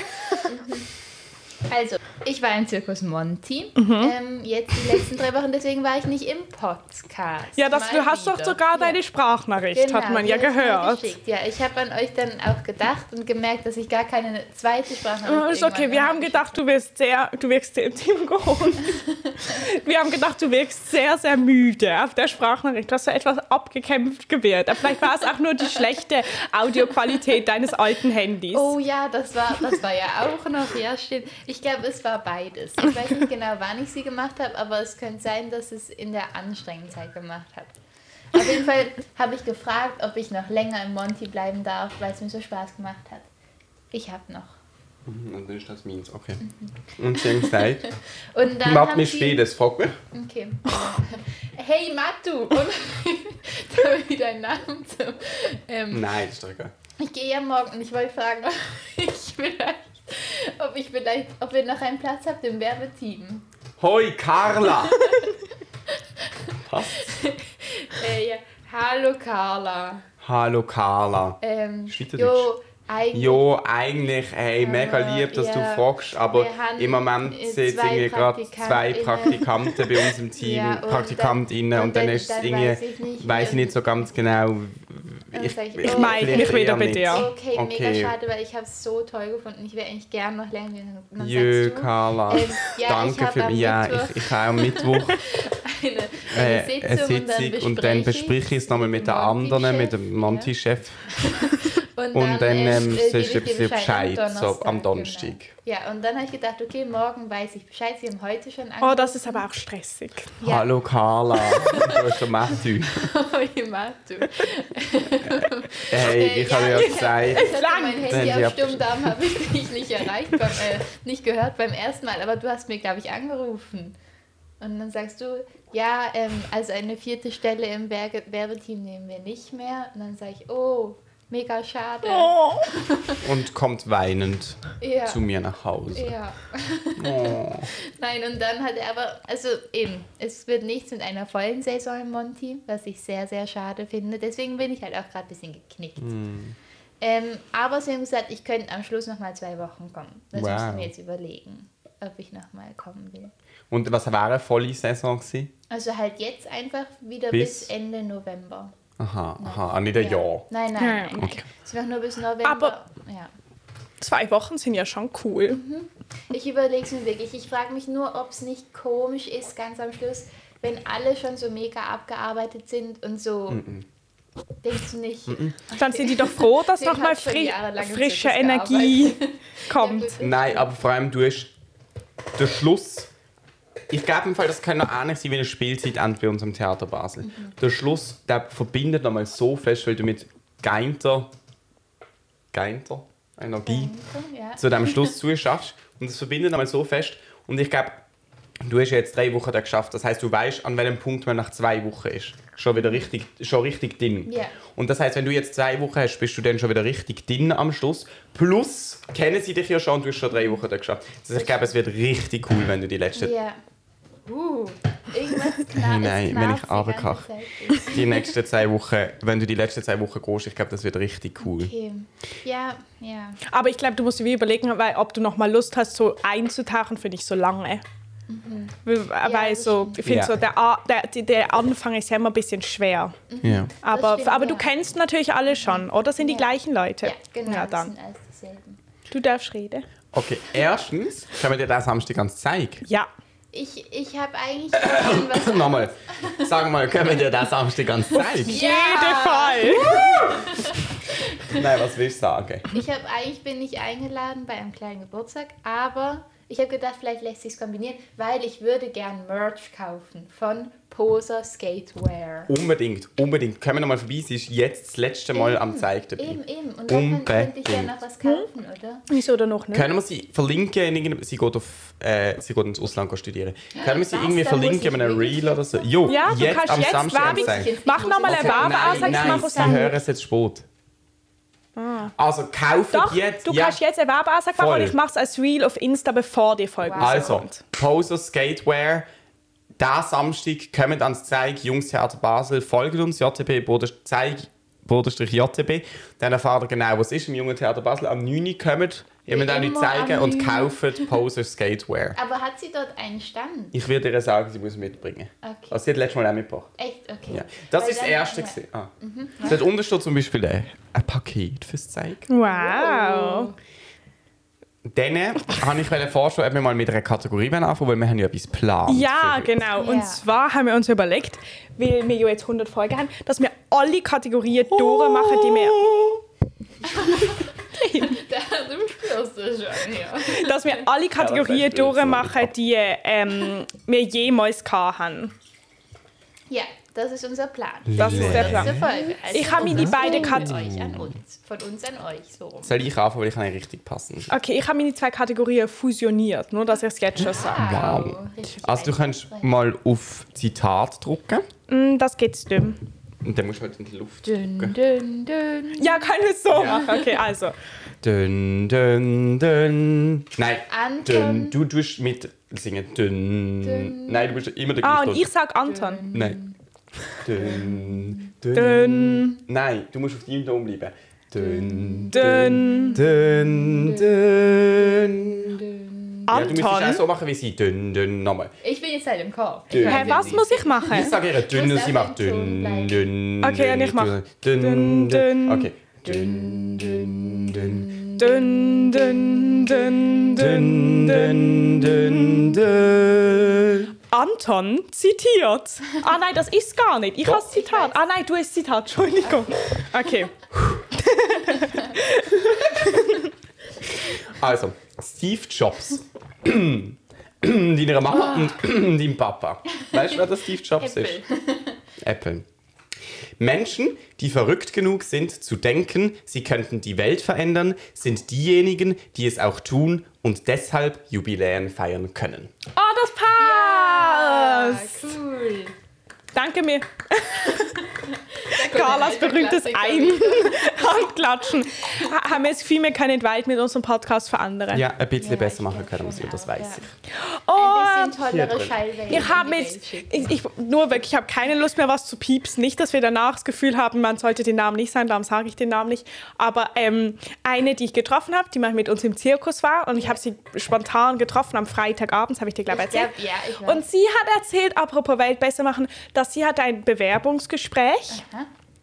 Speaker 2: Also, ich war im Zirkus Monty.
Speaker 4: Mhm.
Speaker 2: Ähm, jetzt die letzten drei Wochen, deswegen war ich nicht im Podcast.
Speaker 4: Ja, das,
Speaker 2: Mal
Speaker 4: du hast doch
Speaker 2: wieder.
Speaker 4: sogar deine Sprachnachricht, hat
Speaker 2: Genau,
Speaker 4: man
Speaker 2: die
Speaker 4: ja
Speaker 2: hast du mir
Speaker 4: gehört.
Speaker 2: geschickt. Ja, ich habe an euch dann auch gedacht und gemerkt, dass ich gar keine zweite Sprache
Speaker 4: Oh, ist okay, wir haben gedacht, du wirst sehr, du wirkst sehr [LAUGHS] Team geholt. wir haben gedacht, du wirkst sehr, sehr müde auf der Sprachnachricht. Du hast so etwas abgekämpft gewirkt. Aber vielleicht war es auch nur die schlechte Audioqualität deines alten Handys.
Speaker 2: Oh ja, das war, das war ja auch noch. Ja, stimmt. Ich glaube, es war beides. Ich weiß nicht genau, wann ich sie gemacht habe, aber es könnte sein, dass es in der anstrengenden Zeit gemacht habe. Auf jeden Fall habe ich gefragt, ob ich noch länger im Monty bleiben darf, weil es mir so Spaß gemacht hat. Ich habe noch.
Speaker 1: Und dann ist das meins, okay. Mhm. Und sie haben
Speaker 2: [LAUGHS]
Speaker 1: gesagt,
Speaker 2: Und dann
Speaker 1: macht
Speaker 2: haben
Speaker 1: mich
Speaker 2: sie-
Speaker 1: stehen, das fragt mich.
Speaker 2: Okay. [LAUGHS] hey, Matu! Und [LAUGHS] da wieder ein Name zu. Ähm,
Speaker 1: Nein, das ist doch egal.
Speaker 2: Ich gehe ja morgen und ich wollte fragen, [LAUGHS] ob ich vielleicht, ob ich vielleicht, ob ihr noch einen Platz habt im Werbeteam.
Speaker 1: Hoi,
Speaker 4: [LAUGHS]
Speaker 1: Carla!
Speaker 2: Äh, ja. Hallo Carla.
Speaker 1: Hallo, Carla.
Speaker 2: Ähm,
Speaker 1: Schweizerdeutsch.
Speaker 2: jo, eigentlich.
Speaker 1: Jo, eigentlich, hey, mega lieb, dass du
Speaker 2: ja.
Speaker 1: fragst, aber
Speaker 2: Wir haben,
Speaker 1: im Moment
Speaker 2: äh,
Speaker 1: sind
Speaker 2: zwei
Speaker 1: irgendwie gerade zwei
Speaker 2: PraktikantInnen.
Speaker 1: Praktikanten bei uns im Team,
Speaker 2: [LAUGHS] Ja, und dann-
Speaker 1: Praktikantinnen, und,
Speaker 2: und
Speaker 1: dann
Speaker 2: dann-
Speaker 1: ist es
Speaker 2: dann
Speaker 1: irgendwie,
Speaker 2: weiss ich nicht,
Speaker 1: weiss ich nicht so ganz genau.
Speaker 2: Dann sag ich, oh.
Speaker 4: Ich meine,
Speaker 1: vielleicht
Speaker 4: mich wieder
Speaker 1: eher
Speaker 4: bei
Speaker 1: nicht.
Speaker 4: dir.
Speaker 2: Okay,
Speaker 1: Okay.
Speaker 2: mega schade, weil ich habe es so toll gefunden. Ich wäre eigentlich gern noch länger. gewesen. Dann sagst
Speaker 1: Jö,
Speaker 2: du.
Speaker 1: Carla,
Speaker 2: Ähm, ja, ich
Speaker 1: danke
Speaker 2: hab
Speaker 1: für
Speaker 2: am
Speaker 1: mich. Ja,
Speaker 2: Mittwoch-
Speaker 1: ich, ich habe am Mittwoch
Speaker 2: eine, [LAUGHS]
Speaker 1: äh,
Speaker 2: eine Sitzung,
Speaker 1: eine Sitzung und dann bespreche ich es nochmal mit den anderen, mit dem Monty-Chef.
Speaker 2: Und
Speaker 1: Und dann ähm,
Speaker 2: äh, gebe
Speaker 1: sonst
Speaker 2: ich
Speaker 1: gibst
Speaker 2: dir
Speaker 1: du Bescheid so, am Donnerstag.
Speaker 2: Genau. Ja, und dann habe ich gedacht, okay, morgen weiß ich Bescheid. Sie haben heute schon
Speaker 4: Oh, das ist aber auch stressig.
Speaker 2: Ja.
Speaker 1: Hallo Carla, du bist der
Speaker 2: [LAUGHS]
Speaker 1: Matthew.
Speaker 2: gemacht. du.
Speaker 1: Hey,
Speaker 2: Äh,
Speaker 1: ich habe
Speaker 2: ja,
Speaker 1: ja gesagt,
Speaker 2: Ich hatte mein Handy
Speaker 1: Dann, ja.
Speaker 2: auf Stummdarm, habe ich dich nicht erreicht, beim, äh, nicht gehört beim ersten Mal, aber du hast mir, glaube ich, angerufen. Und dann sagst du, ja, ähm, also eine vierte Stelle im Werbe Werbeteam nehmen wir nicht mehr. Und dann sage ich, oh, Mega schade.
Speaker 4: Oh.
Speaker 1: und kommt weinend
Speaker 2: ja.
Speaker 1: zu mir nach Hause.
Speaker 2: ja.
Speaker 1: Oh.
Speaker 2: Nein, und dann hat er aber, also eben, es wird nichts mit einer vollen Saison im Monty, was ich sehr, sehr schade finde. Deswegen bin ich halt auch gerade ein bisschen geknickt.
Speaker 1: Hm.
Speaker 2: Ähm, aber sie haben gesagt, ich könnte am Schluss nochmal zwei Wochen kommen. Das
Speaker 1: Wow.
Speaker 2: müssen wir jetzt überlegen, ob ich nochmal kommen will.
Speaker 1: Und was war eine volle Saison? Gewesen?
Speaker 2: Also halt jetzt einfach wieder bis,
Speaker 1: Bis?
Speaker 2: Ende November.
Speaker 1: Aha, aha, ah, nicht ein Jahr.
Speaker 2: Nein, nein,
Speaker 4: Ja,
Speaker 2: nein. Es ist einfach nur bis November.
Speaker 4: Aber-
Speaker 2: ja.
Speaker 4: Zwei Wochen sind ja schon cool.
Speaker 2: Ich überlege es mir wirklich. Ich frage mich nur, ob es nicht komisch ist, ganz am Schluss, wenn alle schon so mega abgearbeitet sind und so. Denkst du nicht?
Speaker 4: Dann sind die
Speaker 2: [LAUGHS]
Speaker 4: doch froh, dass
Speaker 2: Wir haben
Speaker 4: nochmal
Speaker 2: schon
Speaker 4: fri
Speaker 2: jahrelang im
Speaker 4: frische
Speaker 2: Zirkus
Speaker 4: Energie [LAUGHS] kommt.
Speaker 2: Ja, gut.
Speaker 1: Nein, aber vor allem du hast den Schluss. Ich glaube im Fall, das kann noch ähnlich sein wie eine Spielzeit endet bei uns am Theater Basel.
Speaker 2: Mhm.
Speaker 1: Der Schluss, der verbindet nochmal so fest, weil du mit geinter, geinter
Speaker 2: Mhm.
Speaker 1: Energie
Speaker 2: Ja.
Speaker 1: zu dem Schluss zuschaffst. Und das verbindet nochmal so fest. Und ich glaube, du hast ja jetzt drei Wochen da geschafft. Das heißt, du weißt, an welchem Punkt man nach zwei Wochen ist. Schon wieder richtig, schon richtig drin.
Speaker 2: Ja.
Speaker 1: Und das heißt, wenn du jetzt zwei Wochen hast, bist du dann schon wieder richtig drin am Schluss. Plus kennen sie dich ja schon und du hast schon drei Wochen da geschafft. Also ich glaube, es wird richtig cool, wenn du die letzten,
Speaker 2: ja. Uh, irgendwas kna
Speaker 1: Nein, wenn
Speaker 2: es knarzt
Speaker 1: ich
Speaker 2: die ganze
Speaker 1: runterkoche.
Speaker 2: Zeit.
Speaker 1: die nächsten zwei Wochen, wenn du die letzten zwei Wochen gehst, ich glaube, das wird richtig cool.
Speaker 2: Okay. Ja, ja.
Speaker 4: Aber ich glaube, du musst dir wie überlegen, weil, ob du nochmal Lust hast, so einzutauchen, finde ich so lange. Weil, weil
Speaker 2: Mhm. das
Speaker 4: so,
Speaker 2: stimmt.
Speaker 4: ich finde
Speaker 1: Ja.
Speaker 4: so, der, A- der, die- der Anfang ist ja immer ein bisschen schwer.
Speaker 1: Ja.
Speaker 4: Aber,
Speaker 2: stimmt, ja.
Speaker 4: aber
Speaker 2: Mhm.
Speaker 4: du kennst natürlich alle schon, oder? Sind die
Speaker 2: Ja.
Speaker 4: gleichen Leute?
Speaker 2: Ja, genau.
Speaker 4: Ja,
Speaker 2: das
Speaker 4: dann.
Speaker 2: sind alles dieselben.
Speaker 4: Du darfst reden.
Speaker 1: Okay, erstens können wir dir das Samstag ganz zeigen.
Speaker 4: Ja.
Speaker 2: Ich, ich habe eigentlich schon was.
Speaker 1: Nochmal, sag mal, können wir dir das Samstag ganz zeigen?
Speaker 4: Jeden Fall.
Speaker 1: Nein, was willst du sagen?
Speaker 2: Ich habe eigentlich bin ich eingeladen bei einem kleinen Geburtstag, aber ich habe gedacht, vielleicht lässt sich's kombinieren, weil ich würde gern Merch kaufen von Poser Skatewear.
Speaker 1: Oh, Unbedingt, unbedingt. Kommen wir nochmal vorbei, sie ist jetzt das letzte Mal am Um Zeig dabei.
Speaker 2: Eben, eben. Und dann könnte ich ja noch was kaufen, oder?
Speaker 4: Wieso oder noch nicht?
Speaker 1: Können wir sie verlinken? In irgendeinem- sie, geht auf, äh, sie geht ins Ausland studieren. Können wir sie
Speaker 2: Was?
Speaker 1: irgendwie
Speaker 2: Da muss
Speaker 1: verlinken
Speaker 2: ich
Speaker 1: in einem
Speaker 2: wirklich-
Speaker 1: Reel oder so? Jo,
Speaker 4: Ja, du
Speaker 1: jetzt
Speaker 4: kannst
Speaker 1: am
Speaker 4: jetzt
Speaker 1: Samstag am
Speaker 4: Werbung-
Speaker 1: Zeig.
Speaker 4: Mach nochmal eine
Speaker 1: nein,
Speaker 4: Werbeanzeige,
Speaker 1: nein,
Speaker 4: mach aus Ah.
Speaker 1: sie hören es jetzt spät. Also kaufen
Speaker 4: Doch,
Speaker 1: jetzt.
Speaker 4: du
Speaker 1: ja.
Speaker 4: kannst jetzt eine Werbeanzeige machen
Speaker 1: Voll.
Speaker 4: und ich mache es als Reel auf Insta, bevor die Folge
Speaker 2: Wow.
Speaker 1: Also,
Speaker 4: rauskommt.
Speaker 1: Poser Skatewear. Da Samstag kommt ans Zeig Jungstheater Basel. Folgt uns JTB Boden- Zeig Bodenstrich JTB. Dann erfahrt ihr genau, was ist im Jungen Theater Basel. Am 9. Uhr kommt. Ihr müsst auch nicht
Speaker 2: Immer
Speaker 1: zeigen
Speaker 2: am
Speaker 1: und
Speaker 2: 9.
Speaker 1: kauft Poser
Speaker 2: [LAUGHS]
Speaker 1: Skatewear.
Speaker 2: Aber hat sie dort einen Stand?
Speaker 1: Ich würde ihr sagen, sie muss mitbringen.
Speaker 2: Okay.
Speaker 1: Also sie hat letztes Mal auch mitgebracht.
Speaker 2: Echt? Okay.
Speaker 1: Ja. Das
Speaker 2: Weil
Speaker 1: ist das
Speaker 2: dann- Mhm.
Speaker 1: erste. gewesen. Ah. Sie hat unterstützt zum Beispiel ein, ein Paket fürs Zeig.
Speaker 4: Wow.
Speaker 1: Dann habe ich wollte vorstellen, ob wir mal mit einer Kategorie anfangen, weil wir haben ja etwas geplant.
Speaker 4: Ja,
Speaker 1: für heute.
Speaker 4: genau.
Speaker 2: Ja.
Speaker 4: Und zwar haben wir uns überlegt, weil wir ja jetzt 100 Folgen haben, dass wir alle Kategorien durchmachen, die wir
Speaker 1: Oh.
Speaker 2: [LAUGHS] Da, du spürst es schon, ja.
Speaker 4: dass wir alle Kategorien
Speaker 1: vielleicht will ich so
Speaker 4: durchmachen, die ähm, wir jemals gehabt haben.
Speaker 2: Ja, das ist unser Plan.
Speaker 4: Das ist der
Speaker 2: Diese
Speaker 4: Plan.
Speaker 2: Folge. Also
Speaker 4: Ich habe mir die beiden
Speaker 2: Von
Speaker 4: Kategorien.
Speaker 2: euch an uns. Von uns an euch. So rum.
Speaker 1: Soll ich anfangen, weil ich habe richtig passend.
Speaker 4: Okay, ich habe meine zwei Kategorien fusioniert, nur dass ich es jetzt schon sage.
Speaker 2: Wow. Richtig
Speaker 1: Also du kannst
Speaker 2: einflussreich.
Speaker 1: mal auf Zitat drücken
Speaker 4: Mm, Das geht's dumm.
Speaker 1: und dann musst du halt in die Luft
Speaker 2: Dün,
Speaker 1: drücken.
Speaker 2: dün, dün.
Speaker 4: Ja, kann ich so machen. Okay, also.
Speaker 1: Dün, dün, dün. Nein, dün.
Speaker 2: Anton.
Speaker 1: Du tust mit singen. Dün.
Speaker 2: Dün.
Speaker 1: Nein, du bist immer der
Speaker 4: Ah,
Speaker 1: gleiche
Speaker 4: und
Speaker 1: Ton.
Speaker 4: ich sage Anton.
Speaker 1: Nein. Dün, dün.
Speaker 4: Dünn,
Speaker 1: Nein, du musst auf deinem Ton bleiben. Dün,
Speaker 4: dünn,
Speaker 1: dün, dün. Ja, du müsstest also auch
Speaker 4: Anton.
Speaker 1: so machen wie sie. Dünn, dünn. Nochmal.
Speaker 2: Ich bin jetzt halt im Korb.
Speaker 1: Dünn.
Speaker 4: Hä, was muss ich
Speaker 1: Ich
Speaker 4: machen?
Speaker 1: sag ihr dünn
Speaker 2: Muss
Speaker 1: und
Speaker 2: auf
Speaker 1: sie macht
Speaker 2: den Ton
Speaker 1: dünn,
Speaker 2: bleiben.
Speaker 1: dünn.
Speaker 4: Okay,
Speaker 1: dünn,
Speaker 4: und ich mach
Speaker 1: Dünn, dünn.
Speaker 4: dünn, dünn.
Speaker 1: Okay. Dünn, dünn, dünn.
Speaker 4: Dünn, dünn, dünn, dünn, dünn.
Speaker 1: dünn, dünn.
Speaker 4: Anton zitiert. Ah nein, das ist gar nicht. Ich
Speaker 1: Doch.
Speaker 4: habe
Speaker 2: Ich
Speaker 4: Zitat.
Speaker 2: weiß.
Speaker 4: Ah nein, du hast Zitat. Entschuldigung. Okay.
Speaker 1: Also, Steve Jobs. Deiner Mama und deinem Papa. Weißt du, wer der Steve Jobs
Speaker 2: Äpfel.
Speaker 1: ist? Apple. Menschen, die verrückt genug sind, zu denken, sie könnten die Welt verändern, sind diejenigen, die es auch tun und deshalb Jubiläen feiern können.
Speaker 4: Oh, das passt!
Speaker 2: Ah, cool.
Speaker 4: Danke mir. Carlas berühmtes
Speaker 2: Klassiker.
Speaker 4: Ein. [LAUGHS] Handklatschen. Ha- Haben wir es vielmehr keinen Wald mit unserem Podcast für andere.
Speaker 1: Ja, ein bisschen
Speaker 2: Ja,
Speaker 1: besser
Speaker 2: ich
Speaker 1: machen
Speaker 2: glaub
Speaker 1: können wir
Speaker 2: schon
Speaker 1: sie, das
Speaker 2: auch,
Speaker 1: weiß
Speaker 2: ja.
Speaker 1: ich.
Speaker 4: Oh,
Speaker 2: Ein bisschen tollere
Speaker 1: drin.
Speaker 2: Schallwellen.
Speaker 4: ich
Speaker 2: in
Speaker 4: habe
Speaker 2: die
Speaker 4: jetzt,
Speaker 2: Welt schicken.
Speaker 4: ich, ich, nur wirklich, ich habe keine Lust mehr, was zu piepsen. Nicht, dass wir danach das Gefühl haben, man sollte den Namen nicht sagen, darum sage ich den Namen nicht. Aber ähm, eine, die ich getroffen habe, die mal mit uns im Zirkus war und ich habe sie spontan getroffen am Freitagabend, habe ich dir, glaube ich,
Speaker 2: Ja,
Speaker 4: erzählt.
Speaker 2: ja, ich weiß.
Speaker 4: Und sie hat erzählt, apropos Welt besser machen, dass sie hatte ein Bewerbungsgespräch.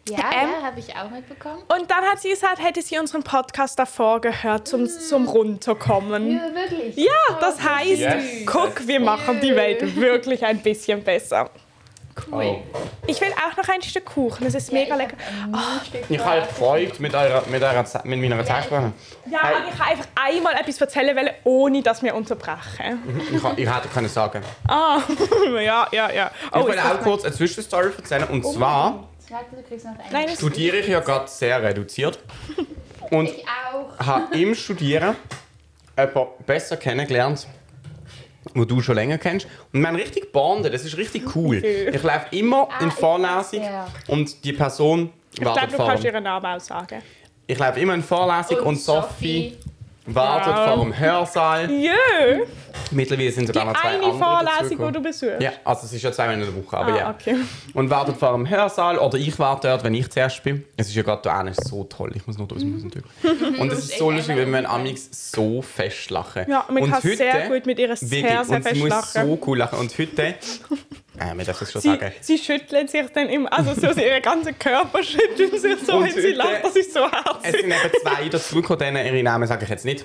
Speaker 2: ja,
Speaker 4: ähm,
Speaker 2: ja habe ich auch mitbekommen.
Speaker 4: Und dann hat sie gesagt, hätte sie unseren Podcast davor gehört, zum, zum Runterkommen.
Speaker 2: Mm. Ja, Oh, wirklich.
Speaker 4: Ja, das heißt,
Speaker 1: Yes.
Speaker 4: guck, wir machen die Welt wirklich ein bisschen besser.
Speaker 1: Oh.
Speaker 4: Ich will auch noch ein Stück Kuchen, es ist
Speaker 2: Ja,
Speaker 4: mega
Speaker 2: ich
Speaker 4: lecker. Oh.
Speaker 2: hab ein Stück
Speaker 1: Ich halt habe
Speaker 2: Kuchen.
Speaker 1: gefreut mit, eurer, mit, eurer, Ze- mit meiner Zeitsprache.
Speaker 4: Ja, aber ich kann einfach einmal etwas erzählen wollen, ohne dass wir unterbrechen.
Speaker 1: Ich, ha- ich hätte können sagen.
Speaker 4: Ah, [LAUGHS] ja, ja, ja. Oh,
Speaker 1: ich
Speaker 4: ist
Speaker 1: will
Speaker 4: das
Speaker 1: auch kurz eine Zwischenstory erzählen. Und zwar
Speaker 2: Warte, du kriegst noch einen.
Speaker 4: Nein, es
Speaker 1: studiere ich ja gerade sehr reduziert. Und
Speaker 2: ich auch.
Speaker 1: habe im Studieren jemanden besser kennengelernt, wo du schon länger kennst. Und wir haben richtig bondet, das ist richtig cool. Ich laufe immer
Speaker 2: Ah,
Speaker 1: in
Speaker 2: ich
Speaker 1: Vorlesung
Speaker 2: weiß, ja.
Speaker 1: und die Person
Speaker 4: ich glaube,
Speaker 1: wartet
Speaker 4: du
Speaker 1: vor
Speaker 4: kannst
Speaker 1: dem.
Speaker 4: ihren Namen auch sagen.
Speaker 1: Ich laufe immer in Vorlesung und, Sophie wartet
Speaker 4: Wow.
Speaker 1: vor dem Hörsaal.
Speaker 4: Jö,
Speaker 1: Mittlerweile sind sogar noch zwei
Speaker 4: eine
Speaker 1: andere
Speaker 4: Vorlesung,
Speaker 1: dazugekommen.
Speaker 4: die du besuchst.
Speaker 1: Ja, also es ist ja zweimal in der Woche, aber
Speaker 4: Ah,
Speaker 1: ja.
Speaker 4: okay.
Speaker 1: Und wartet vor dem Hörsaal oder ich warte dort, wenn ich zuerst bin. Es ist ja gerade da ist so toll, ich muss noch aus dem
Speaker 4: [LAUGHS]
Speaker 1: durch. Und es ist so
Speaker 2: echt
Speaker 1: lustig, wenn man Amix so fest lachen.
Speaker 4: eh Ja, man
Speaker 1: und
Speaker 4: kann sehr gut mit ihr sehr, sehr
Speaker 1: und
Speaker 4: fest
Speaker 1: sie muss
Speaker 4: lachen.
Speaker 1: so cool lachen. Und heute, [LAUGHS] äh, man darf das schon
Speaker 4: Sie,
Speaker 1: sagen.
Speaker 4: sie schüttelt sich dann immer, also so ihren ganzen Körper schüttelt sich so,
Speaker 1: Und
Speaker 4: wenn sie
Speaker 1: heute-
Speaker 4: lacht, das ist so
Speaker 1: Es
Speaker 4: herzig.
Speaker 1: sind eben zwei dazugekommen, denen ihre Namen sage ich jetzt nicht,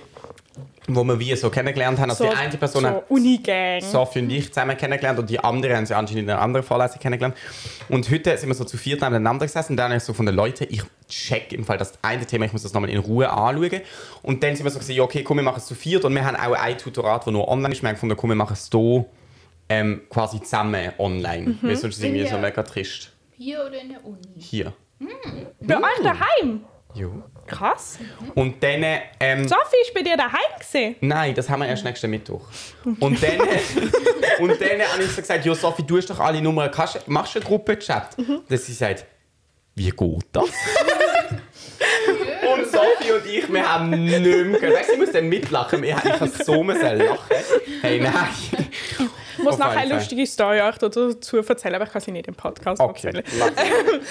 Speaker 1: wo wir wie so kennengelernt haben. Also die eine Person
Speaker 4: so
Speaker 1: hat
Speaker 4: Unigang.
Speaker 1: Mhm. Sophie und ich zusammen kennengelernt und die anderen haben sie anscheinend in einer anderen Vorlesung kennengelernt. Und heute sind wir so zu viert nebeneinander gesessen und dann habe ich so von den Leuten, ich check im Fall das eine Thema, ich muss das nochmal in Ruhe anschauen. Und dann sind wir so gesagt, ja, okay, komm, wir machen es zu viert und wir haben auch ein Tutorat, das nur online ist. Wir haben gefunden, komm, wir machen es hier ähm, quasi zusammen online. Weil sonst ist es irgendwie
Speaker 2: Ja.
Speaker 1: so mega trist.
Speaker 2: Hier oder in der Uni?
Speaker 1: Hier.
Speaker 4: Bei
Speaker 1: uh.
Speaker 4: euch daheim?
Speaker 1: Jo.
Speaker 4: Krass.
Speaker 1: Und dann... Ähm,
Speaker 4: Sophie ist bei dir daheim gesehen.
Speaker 1: Nein, das haben wir erst nächsten Mittwoch. Und dann, und dann habe ich so gesagt, jo Sophie, du hast doch alle Nummern, kannst, machst du einen Gruppenchat? Dann sie sagt, wie geht das? und Sophie und ich, wir haben nicht mehr gehört. Weißt du, ich muss dann mitlachen. Ich, ich kann so müssen lachen. Hey, nein.
Speaker 4: Ich muss
Speaker 1: Auf
Speaker 4: nachher
Speaker 1: jeden
Speaker 4: eine
Speaker 1: Fall.
Speaker 4: lustige Story euch dazu erzählen, aber ich kann sie nicht im Podcast
Speaker 1: Okay.
Speaker 4: erzählen.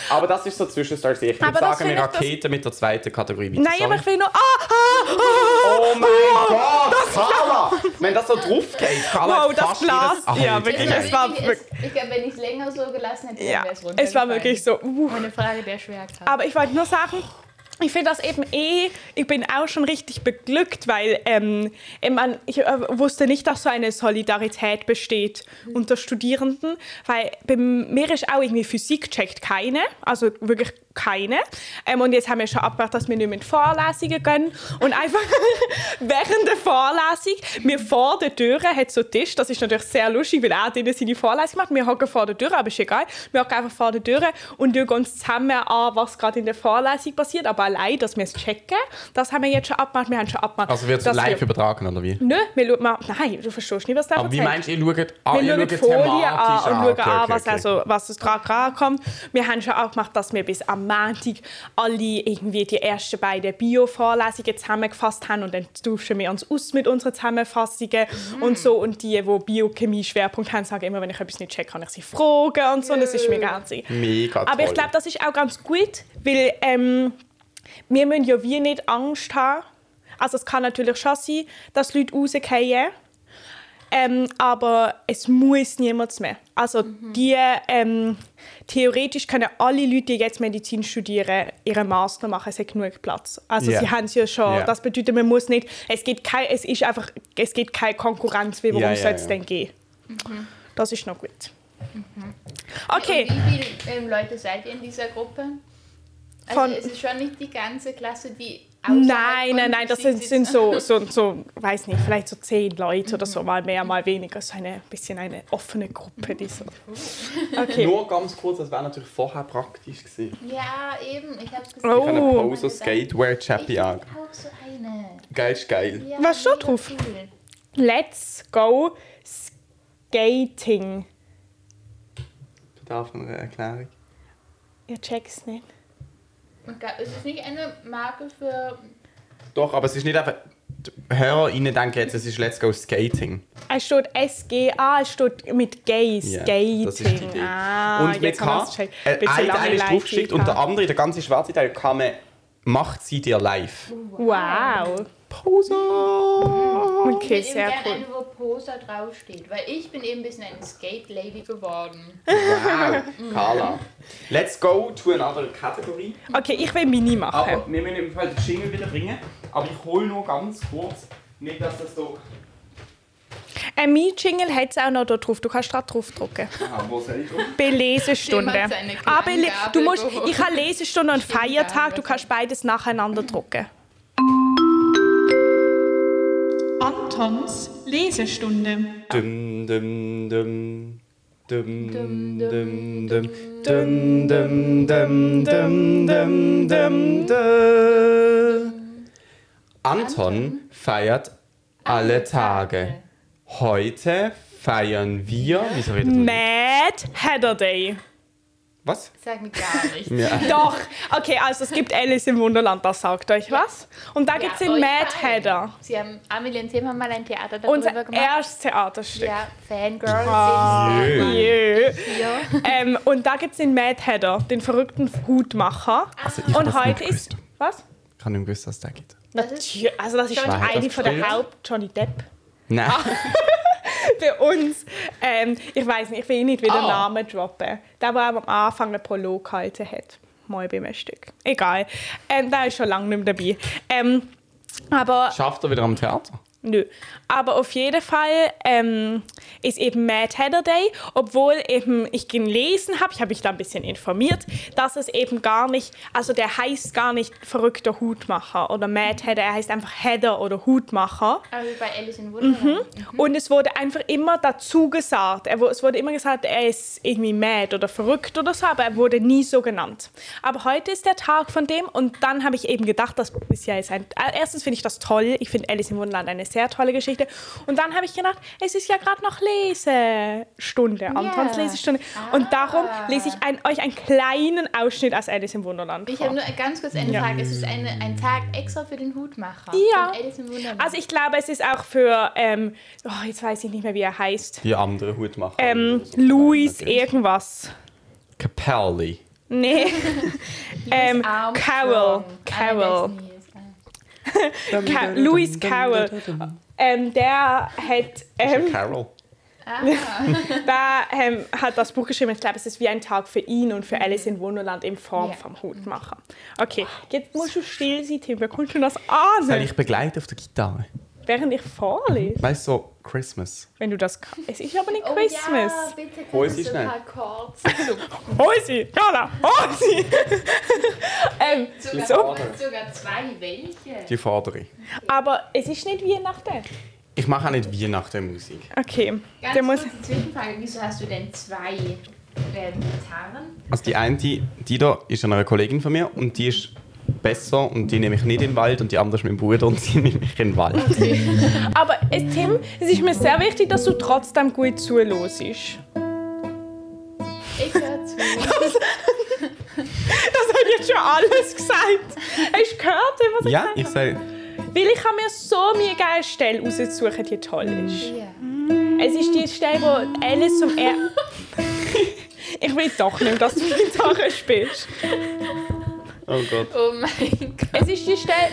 Speaker 1: aber das ist so Zwischenstory. Ich würde
Speaker 4: Aber das
Speaker 1: sagen, wir
Speaker 4: finde ich, das-
Speaker 1: Raketen mit der zweiten Kategorie weiter.
Speaker 4: Nein,
Speaker 1: Sorry.
Speaker 4: aber ich will nur. Ah, ah, ah.
Speaker 1: Oh mein Gott, Carla! Wenn das so drauf geht, Carla
Speaker 4: Wow,
Speaker 1: hat
Speaker 4: das
Speaker 1: fast
Speaker 4: Glas.
Speaker 1: jedes- Ach,
Speaker 4: Ja,
Speaker 1: Alter.
Speaker 4: wirklich,
Speaker 2: Also
Speaker 4: es war
Speaker 2: wirklich-
Speaker 4: wirklich-
Speaker 2: es- Ich glaube, wenn ich es länger so gelassen hätte,
Speaker 4: Ja,
Speaker 2: wäre es runtergefallen.
Speaker 4: es war wirklich so. Uh.
Speaker 2: Eine Frage der Schwerkraft.
Speaker 4: Aber ich wollte nur sagen, ich finde das eben eh, ich bin auch schon richtig beglückt, weil ähm, eben man, ich äh, wusste nicht, dass so eine Solidarität besteht unter Studierenden, weil bei mir ist auch irgendwie Physik checkt keine, also wirklich keine. Ähm, und jetzt haben wir schon abgemacht, dass wir nicht mit Vorlesungen gehen und einfach während der Vorlesung, wir vor der Tür hat so einen Tisch, das ist natürlich sehr lustig, weil auch denen seine Vorlesung macht. Wir hocken vor der Tür, aber ist egal. Wir hocken einfach vor der Tür und schauen uns zusammen an, was gerade in der Vorlesung passiert, aber allein, dass wir es checken, das haben wir jetzt schon abgemacht. Wir haben schon abgemacht.
Speaker 1: Also wird es
Speaker 4: dass
Speaker 1: live
Speaker 4: wir-
Speaker 1: übertragen, oder wie?
Speaker 4: Nö, wir schauen mal. Nein, du verstehst nicht, was da
Speaker 1: Aber wie
Speaker 4: erzählt.
Speaker 1: meinst du, ihr schaut, ah,
Speaker 4: Wir
Speaker 1: ihr
Speaker 4: schauen die
Speaker 1: schaut
Speaker 4: Folie
Speaker 1: thematisch
Speaker 4: an und schauen
Speaker 1: okay,
Speaker 4: an,
Speaker 1: okay,
Speaker 4: was,
Speaker 1: okay.
Speaker 4: also, was es dran rankommt. Wir haben schon auch gemacht, dass wir bis am Montag alle irgendwie die ersten beiden Bio-Vorlesungen zusammengefasst haben und dann tauschen wir uns aus mit unseren Zusammenfassungen
Speaker 1: Mhm.
Speaker 4: und so. Und die, die Biochemie-Schwerpunkt haben, sagen immer, wenn ich etwas nicht checke, kann ich sie fragen und so. Und das ist mega herzig.
Speaker 1: Mega
Speaker 4: Aber ich
Speaker 1: toll.
Speaker 4: glaube, das ist auch ganz gut, weil ähm, wir müssen ja wie nicht Angst haben. Also es kann natürlich schon sein, dass Leute rausgehen. Ähm, aber es muss niemand mehr. Also die, ähm, theoretisch können alle Leute, die jetzt Medizin studieren, ihren Master machen. Es hat genug Platz. Also
Speaker 1: Ja.
Speaker 4: sie haben es ja schon.
Speaker 1: Ja.
Speaker 4: Das bedeutet, man muss nicht. Es gibt kein, es ist einfach, es gibt keine Konkurrenz. Wie warum
Speaker 1: Ja, ja,
Speaker 4: soll es
Speaker 1: ja.
Speaker 4: denn gehen? Das ist noch gut. Okay.
Speaker 2: Und wie viele ähm, Leute seid ihr in dieser Gruppe? Also
Speaker 4: Von-
Speaker 2: es ist schon nicht die ganze Klasse, die
Speaker 4: Nein, nein, nein, das sind, sind so, so, so, weiß nicht, vielleicht so zehn Leute oder so, mal mehr, mal weniger. So eine bisschen eine offene Gruppe, die so. Okay.
Speaker 1: Nur ganz kurz, das wäre natürlich vorher praktisch gewesen.
Speaker 2: Ja, eben, ich hab's gesagt.
Speaker 4: Oh.
Speaker 1: Ich habe eine Pose
Speaker 2: Meine
Speaker 1: Skatewear
Speaker 2: Ich
Speaker 1: Chappy
Speaker 2: will
Speaker 1: an.
Speaker 2: auch so eine.
Speaker 1: Geil ist geil.
Speaker 2: Ja,
Speaker 4: Was steht
Speaker 2: mega
Speaker 4: drauf?
Speaker 2: cool.
Speaker 4: Let's go skating.
Speaker 1: Bedarf noch einer Erklärung.
Speaker 4: Ihr check's nicht.
Speaker 2: Und ga- Es ist nicht eine Marke für.
Speaker 1: Doch, aber es ist nicht einfach. die HörerInnen denken jetzt, es ist Let's Go Skating.
Speaker 4: Es steht SGA, es steht mit Gay,
Speaker 1: Ja,
Speaker 4: Skating.
Speaker 1: das ist die Idee.
Speaker 4: Ah,
Speaker 1: und mit
Speaker 4: jetzt haben
Speaker 1: K,
Speaker 4: wir's gecheckt.
Speaker 1: äh,
Speaker 4: Bisschen
Speaker 1: ein Teil
Speaker 4: lange
Speaker 1: ist draufgeschickt und der
Speaker 4: Leitung
Speaker 1: andere, der ganze schwarze Teil, kann man «Macht sie dir live».
Speaker 4: gehabt. Wow. Oh.
Speaker 1: Pause!
Speaker 2: Ich hätte
Speaker 4: Okay,
Speaker 2: eben
Speaker 4: sehr
Speaker 2: gerne
Speaker 4: cool.
Speaker 2: eine, wo Posa draufsteht. Weil ich bin eben ein bisschen eine Skate-Lady geworden.
Speaker 1: Wow,
Speaker 4: Mhm.
Speaker 1: Carla. Let's go to another Kategorie.
Speaker 4: Okay, ich will Mini
Speaker 1: Aber
Speaker 4: machen.
Speaker 1: wir müssen im Fall den Jingle wieder bringen. Aber ich hole nur ganz kurz, nicht dass das so... oh.
Speaker 4: Ein Mi-Jingle hat es Äh, auch noch da drauf. Du kannst gerade draufdrücken.
Speaker 1: Aha, wo soll ich drauf?
Speaker 4: Belesestunde.
Speaker 2: Jemand seine
Speaker 4: Ah, bele
Speaker 2: Klangabel
Speaker 4: du musst,
Speaker 2: geholt.
Speaker 4: ich habe
Speaker 2: [LAUGHS]
Speaker 4: Lesestunde und
Speaker 2: Stimmt,
Speaker 4: Feiertag.
Speaker 2: ja,
Speaker 4: Du kannst beides nacheinander drucken.
Speaker 5: Antons Lesestunde.
Speaker 1: Dum, dum, dum. Dum,
Speaker 2: Dum,
Speaker 1: dum,
Speaker 2: dum,
Speaker 1: dum. Dum, dum, dum, dum, dum, dum, dum. Anton feiert alle Tage. Heute feiern wir. Wieso redet ihr?
Speaker 4: Mad Hatter Day.
Speaker 1: Was?
Speaker 2: Sag mir
Speaker 4: [LAUGHS]
Speaker 2: gar nichts.
Speaker 1: Ja.
Speaker 4: Doch. Okay, also es gibt Alice im Wunderland, das sagt euch was. Und da gibt es den
Speaker 2: euch
Speaker 4: Mad
Speaker 2: beiden.
Speaker 4: Hatter.
Speaker 2: Sie haben, Amelie und Tim haben mal ein Theater darüber
Speaker 4: Unser
Speaker 2: gemacht.
Speaker 4: erstes Theaterstück.
Speaker 2: Ja, Fangirl.
Speaker 1: Ah,
Speaker 2: Oh.
Speaker 4: Jö.
Speaker 2: Ja.
Speaker 4: Ähm, und da gibt es den Mad Hatter, den verrückten Hutmacher.
Speaker 1: Also ich
Speaker 4: und
Speaker 1: hab's nicht
Speaker 4: heute ist.
Speaker 1: gewusst.
Speaker 4: Was?
Speaker 1: Ich habe nicht gewusst, dass es da geht.
Speaker 2: Das ist
Speaker 4: Tja, Also, das ist
Speaker 2: Johnny
Speaker 1: Depp.
Speaker 4: eine von der
Speaker 1: Früher?
Speaker 4: Haupt-Johnny Depp.
Speaker 1: Nein.
Speaker 4: Ah. bei uns. Ähm, ich weiß nicht, ich will ihn nicht wieder
Speaker 1: Ah.
Speaker 4: Namen droppen. Der, der am Anfang einen Prolog gehalten hat. Mal bei einem Stück. Egal. Ähm, der ist schon lange nicht mehr dabei. Ähm, aber,
Speaker 1: Schafft er wieder am Theater?
Speaker 4: nö. aber auf jeden Fall ähm, ist eben Mad Hatter Day, obwohl eben ich gelesen habe, ich habe mich da ein bisschen informiert, dass es eben gar nicht, also der heißt gar nicht verrückter Hutmacher oder Mad Hatter, er heißt einfach Heather oder Hutmacher.
Speaker 2: aber wie bei Alice in Wunderland.
Speaker 4: Mhm. Und es wurde einfach immer dazu gesagt. Er, wo- es wurde immer gesagt, er ist irgendwie mad oder verrückt oder so, aber er wurde nie so genannt. Aber heute ist der Tag von dem und dann habe ich eben gedacht, das ist ja jetzt ein. äh, Erstens finde ich das toll. Ich finde Alice im Wunderland eine sehr tolle Geschichte. Und dann habe ich gedacht, es ist ja gerade noch Lesestunde, Antons Lesestunde. Und darum lese ich ein, euch einen kleinen Ausschnitt aus Alice im Wunderland.
Speaker 2: Ich
Speaker 4: vor.
Speaker 2: habe nur ganz kurz eine
Speaker 4: Ja.
Speaker 2: Frage. Es ist eine, ein Tag extra für den Hutmacher.
Speaker 4: Ja.
Speaker 2: Von Alice im Wunderland.
Speaker 4: Also ich glaube, es ist auch für, ähm, oh, jetzt weiß ich nicht mehr, wie er heißt.
Speaker 1: Die andere Hut machen. Also,
Speaker 4: Ähm, Louis E- irgendwas.
Speaker 1: Capelli.
Speaker 2: [LAUGHS]
Speaker 4: Nee. ähm,
Speaker 2: Armstrong.
Speaker 4: Carol.
Speaker 2: Ah, nein,
Speaker 4: Carol.
Speaker 2: der ist nie, ist-
Speaker 4: Ca Louis Carroll. Ähm, der hat, ähm,
Speaker 1: Carol.
Speaker 4: der, ähm, hat das Buch geschrieben. Ich glaube, es ist wie ein Tag für ihn und für Alice in Wunderland in Form
Speaker 2: Mhm. Ja.
Speaker 4: vom Hutmacher. Okay, jetzt musst du still sein, Tim. Wir konnten das ahnen,
Speaker 1: Soll ich begleiten auf der Gitarre?
Speaker 4: während ich vorlese.
Speaker 1: Weißt du, so Christmas.
Speaker 4: Wenn du das kannst. Es ist aber nicht
Speaker 2: Oh
Speaker 4: Christmas.
Speaker 2: ja, bitte kannst
Speaker 1: Hol
Speaker 2: du
Speaker 1: sie
Speaker 2: so ein
Speaker 1: schnell.
Speaker 2: paar Chords. So,
Speaker 4: Hol sie! Carla, hol sie! [LAUGHS] ähm,
Speaker 2: sogar,
Speaker 4: So.
Speaker 2: sogar zwei. Welche?
Speaker 1: Die vordere.
Speaker 4: aber es ist nicht Weihnachten.
Speaker 1: Ich mache auch nicht Weihnachtenmusik.
Speaker 4: Okay,
Speaker 2: Ganz
Speaker 4: der muss...
Speaker 2: kurze Zwischenfrage. Wieso hast du denn zwei ähm, Gitarren?
Speaker 1: Also die eine, die, die da ist eine Kollegin von mir und die ist besser und die nehme ich nicht in den Wald und die andere ist mein Bruder und [LAUGHS] die nehme ich in den Wald.
Speaker 4: Aber äh, Tim, es ist mir sehr wichtig, dass du trotzdem gut zuhörst. Das
Speaker 2: Ich höre zu.
Speaker 4: hat jetzt schon alles gesagt. Hast du gehört, was ich
Speaker 1: ja,
Speaker 4: gesagt
Speaker 1: ich
Speaker 4: habe?
Speaker 1: sage,
Speaker 4: Weil ich habe mir so mega geile Stelle raussuchen, die toll ist.
Speaker 2: Ja.
Speaker 4: Es ist die Stelle, wo Alice zum Er... [LAUGHS] ich will doch nicht, dass du Gitarre spielst.
Speaker 1: oh Gott,
Speaker 2: [LAUGHS] Oh mein Gott.
Speaker 4: Es ist die Stelle...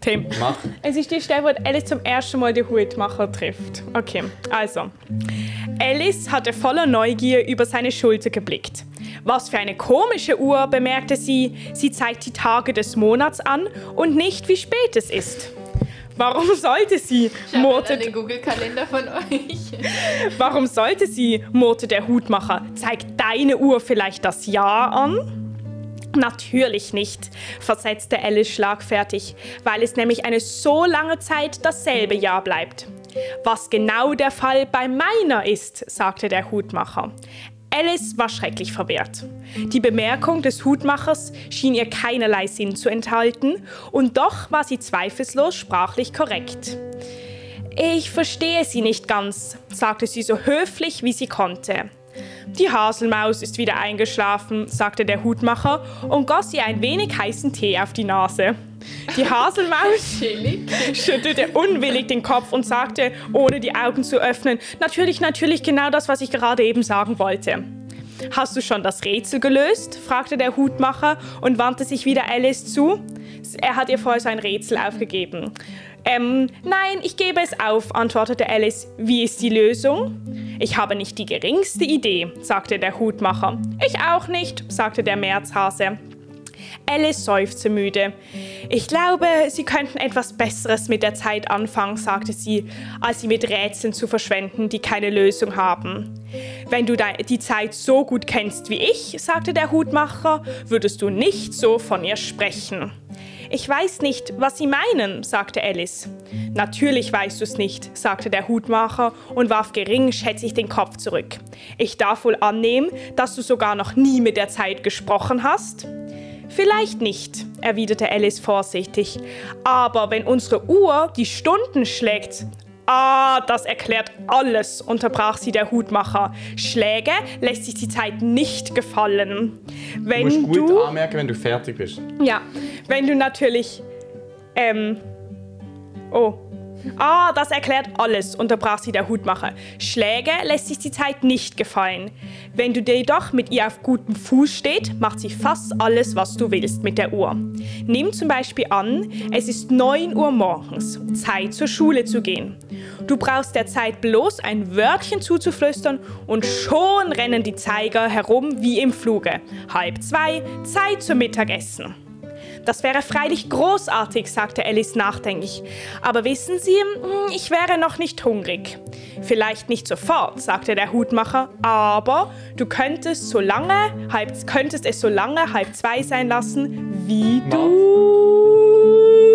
Speaker 4: Tim.
Speaker 1: mach.
Speaker 4: Es ist die Stelle, wo Alice zum ersten Mal den Hutmacher trifft. Okay, also. Alice hatte voller Neugier über seine Schulter geblickt. Was für eine komische Uhr, bemerkte sie. Sie zeigt die Tage des Monats an und nicht, wie spät es ist. Warum sollte sie?
Speaker 2: Ich habe
Speaker 4: murrte
Speaker 2: den Google-Kalender von euch.
Speaker 4: Warum sollte sie? murrte der Hutmacher. Zeigt deine Uhr vielleicht das Jahr an? Natürlich nicht, versetzte Alice schlagfertig, weil es nämlich eine so lange Zeit dasselbe Jahr bleibt. Was genau der Fall bei meiner ist, sagte der Hutmacher. Alice war schrecklich verwirrt. Die Bemerkung des Hutmachers schien ihr keinerlei Sinn zu enthalten, und doch war sie zweifellos sprachlich korrekt. Ich verstehe Sie nicht ganz, sagte sie so höflich, wie sie konnte. Die Haselmaus ist wieder eingeschlafen, sagte der Hutmacher und goss ihr ein wenig heißen Tee auf die Nase. Die Haselmaus
Speaker 2: Chillig.
Speaker 4: [LAUGHS] schüttelte unwillig den Kopf und sagte, ohne die Augen zu öffnen, natürlich, natürlich genau das, was ich gerade eben sagen wollte. Hast du schon das Rätsel gelöst? fragte der Hutmacher und wandte sich wieder Alice zu. Er hat ihr vorher sein Rätsel aufgegeben. Ähm, nein, ich gebe es auf, antwortete Alice. Wie ist die Lösung? Ich habe nicht die geringste Idee, sagte der Hutmacher. Ich auch nicht, sagte der Märzhase. Alice seufzte müde. Ich glaube, Sie könnten etwas Besseres mit der Zeit anfangen, sagte sie, als sie mit Rätseln zu verschwenden, die keine Lösung haben. Wenn du dei- die Zeit so gut kennst wie ich, sagte der Hutmacher, würdest du nicht so von ihr sprechen. Ich weiß nicht, was Sie meinen, sagte Alice. Natürlich weißt du es nicht, sagte der Hutmacher und warf geringschätzig den Kopf zurück. Ich darf wohl annehmen, dass du sogar noch nie mit der Zeit gesprochen hast? Vielleicht nicht, erwiderte Alice vorsichtig. Aber wenn unsere Uhr die Stunden schlägt. Ah, das erklärt alles, unterbrach sie der Hutmacher. Schläge lässt sich die Zeit nicht gefallen.
Speaker 1: Du musst
Speaker 4: Wenn
Speaker 1: gut
Speaker 4: du.
Speaker 1: anmerken, wenn du fertig bist.
Speaker 4: Ja, wenn du natürlich. Ähm. Oh. Ah, das erklärt alles, unterbrach sie der Hutmacher. Schläge lässt sich die Zeit nicht gefallen. Wenn du dir jedoch mit ihr auf gutem Fuß steht, macht sie fast alles, was du willst mit der Uhr. Nimm zum Beispiel an, es ist 9 Uhr morgens, Zeit zur Schule zu gehen. Du brauchst der Zeit bloß ein Wörtchen zuzuflüstern und schon rennen die Zeiger herum wie im Fluge. Halb zwei, Zeit zum Mittagessen. Das wäre freilich großartig, sagte Alice nachdenklich. Aber wissen Sie, hm, ich wäre noch nicht hungrig. Vielleicht nicht sofort, sagte der Hutmacher, aber du könntest so lange, halb, könntest es so lange halb zwei sein lassen, wie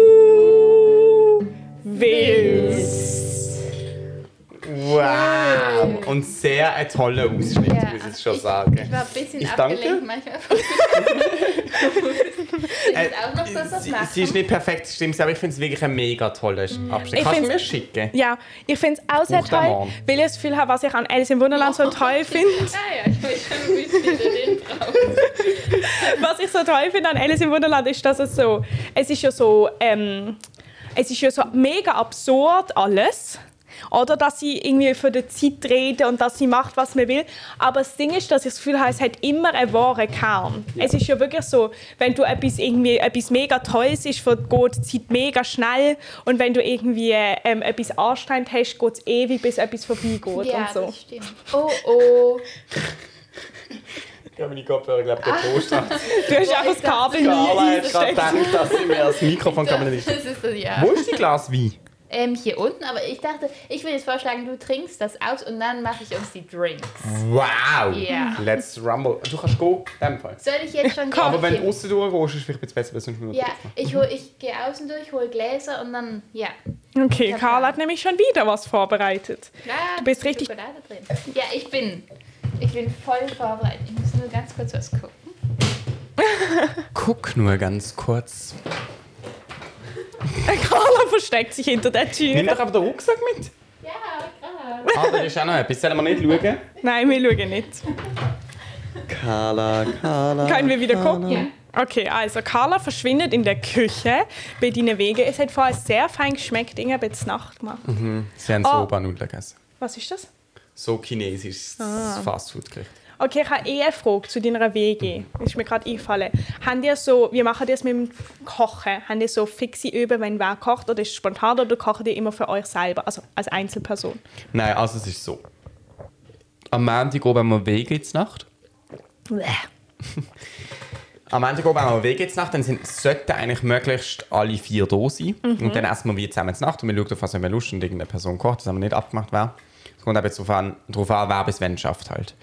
Speaker 4: du willst.
Speaker 1: Wow! Und sehr ein toller Ausschnitt,
Speaker 2: Ja,
Speaker 1: muss ich schon
Speaker 2: ich- Ich
Speaker 1: sagen.
Speaker 2: war ein bisschen
Speaker 1: Ich danke. [LAUGHS]
Speaker 2: abgelenkt manchmal. [LAUGHS] ich
Speaker 1: Äh,
Speaker 2: muss auch noch so was
Speaker 1: sie,
Speaker 2: machen.
Speaker 1: sie ist nicht perfekt, stimmt, aber ich finde es wirklich ein mega toller Abschnitt.
Speaker 4: Ich
Speaker 1: Kannst du
Speaker 4: find's-
Speaker 1: mir schicken?
Speaker 4: Ja, ich finde es auch sehr
Speaker 1: Buch der
Speaker 4: toll,
Speaker 1: Mann.
Speaker 4: weil ich das Gefühl habe, was ich an Alice im Wunderland so toll finde.
Speaker 2: Ah ja, ich weiß schon, wie viel du den brauchst.
Speaker 4: was ich so toll finde an Alice im Wunderland ist, dass es so, es ist ja so, ähm, es ist ja so mega absurd alles. Oder dass sie irgendwie für die Zeit reden und dass sie macht, was man will. Aber das Ding ist, dass ich das Gefühl habe, es hat immer einen wahren Kern. Es ist ja wirklich so, wenn du etwas, irgendwie, etwas mega Tolles ist, für- geht die Zeit mega schnell. Und wenn du irgendwie ähm, etwas anstrengend hast, geht es ewig, bis etwas vorbeigeht
Speaker 2: Ja,
Speaker 4: und so.
Speaker 2: das stimmt. Oh oh.
Speaker 1: Ich habe meine Kopfhörer, glaube ich,
Speaker 4: Ah.
Speaker 1: gepostet.
Speaker 4: [LAUGHS] Du hast einfach das Kabel nie
Speaker 1: Carla hat gerade
Speaker 4: eingesteckt.
Speaker 1: gedacht, dass sie mir das
Speaker 4: [LAUGHS]
Speaker 1: Mikrofon
Speaker 2: Das,
Speaker 1: kann man nicht.
Speaker 2: ist [LAUGHS] das, ja.
Speaker 1: Wo ist die Glas Wein?
Speaker 2: Ähm, hier unten, aber ich dachte, ich würde jetzt vorschlagen, du trinkst das aus und dann mache ich uns die Drinks.
Speaker 1: Wow!
Speaker 2: Ja.
Speaker 1: Let's rumble. Du kannst gehen, in dem Fall.
Speaker 2: Soll ich jetzt schon
Speaker 1: Aber wenn
Speaker 2: gehen?
Speaker 1: du außen durchgehst, ist es vielleicht ein bisschen besser, weil sonst müssen wir
Speaker 2: Ja, ich, hol, ich gehe außen durch, hole Gläser und dann, ja.
Speaker 4: Okay,
Speaker 2: Ja,
Speaker 4: Carla
Speaker 2: klar.
Speaker 4: hat nämlich schon wieder was vorbereitet.
Speaker 2: Klar,
Speaker 4: Du bist
Speaker 2: da ist
Speaker 4: richtig-
Speaker 2: Schokolade drin. Ja, ich bin. Ich bin voll vorbereitet. Ich muss nur ganz kurz was gucken.
Speaker 1: Guck nur ganz kurz.
Speaker 4: [LAUGHS] Carla versteckt sich hinter der Tür.
Speaker 1: Nimm doch aber den Rucksack mit.
Speaker 2: Ja, klar.
Speaker 1: Ah, da ist auch noch etwas. Sollen wir nicht schauen?
Speaker 4: Nein, wir schauen nicht.
Speaker 1: Carla, Carla.
Speaker 4: Können wir wieder gucken?
Speaker 2: Ja.
Speaker 4: Okay, also Carla verschwindet in der Küche bei deinen Wege. Es hat vorher sehr fein geschmeckt, Inge hat es Nacht gemacht.
Speaker 1: Mhm. Sie haben
Speaker 4: Oh.
Speaker 1: Soba-Nudeln gegessen.
Speaker 4: Was ist das?
Speaker 1: So chinesisches Fastfood gericht
Speaker 4: Okay, ich habe eh eine Frage zu deiner Wege. Ist mir gerade eingefallen. Haben die so, wie machen die das mit dem Kochen? Haben die so fixe Üben, wenn wer kocht oder ist es spontan oder kochen die immer für euch selber, also als Einzelperson?
Speaker 1: Nein, also es ist so. Am Montag oben haben wir Wege jetzt Nacht. Am Montag oben haben wir Wege jetzt Nacht, dann sind, sollten eigentlich möglichst alle vier da sein.
Speaker 4: Mhm.
Speaker 1: Und dann essen wir wie zusammen zur Nacht und wir schauen, auf was haben wir Lust und irgendeine Person kocht, das haben wir nicht abgemacht, wer. Es kommt eben jetzt darauf an, darauf an, wer bis wann schafft halt.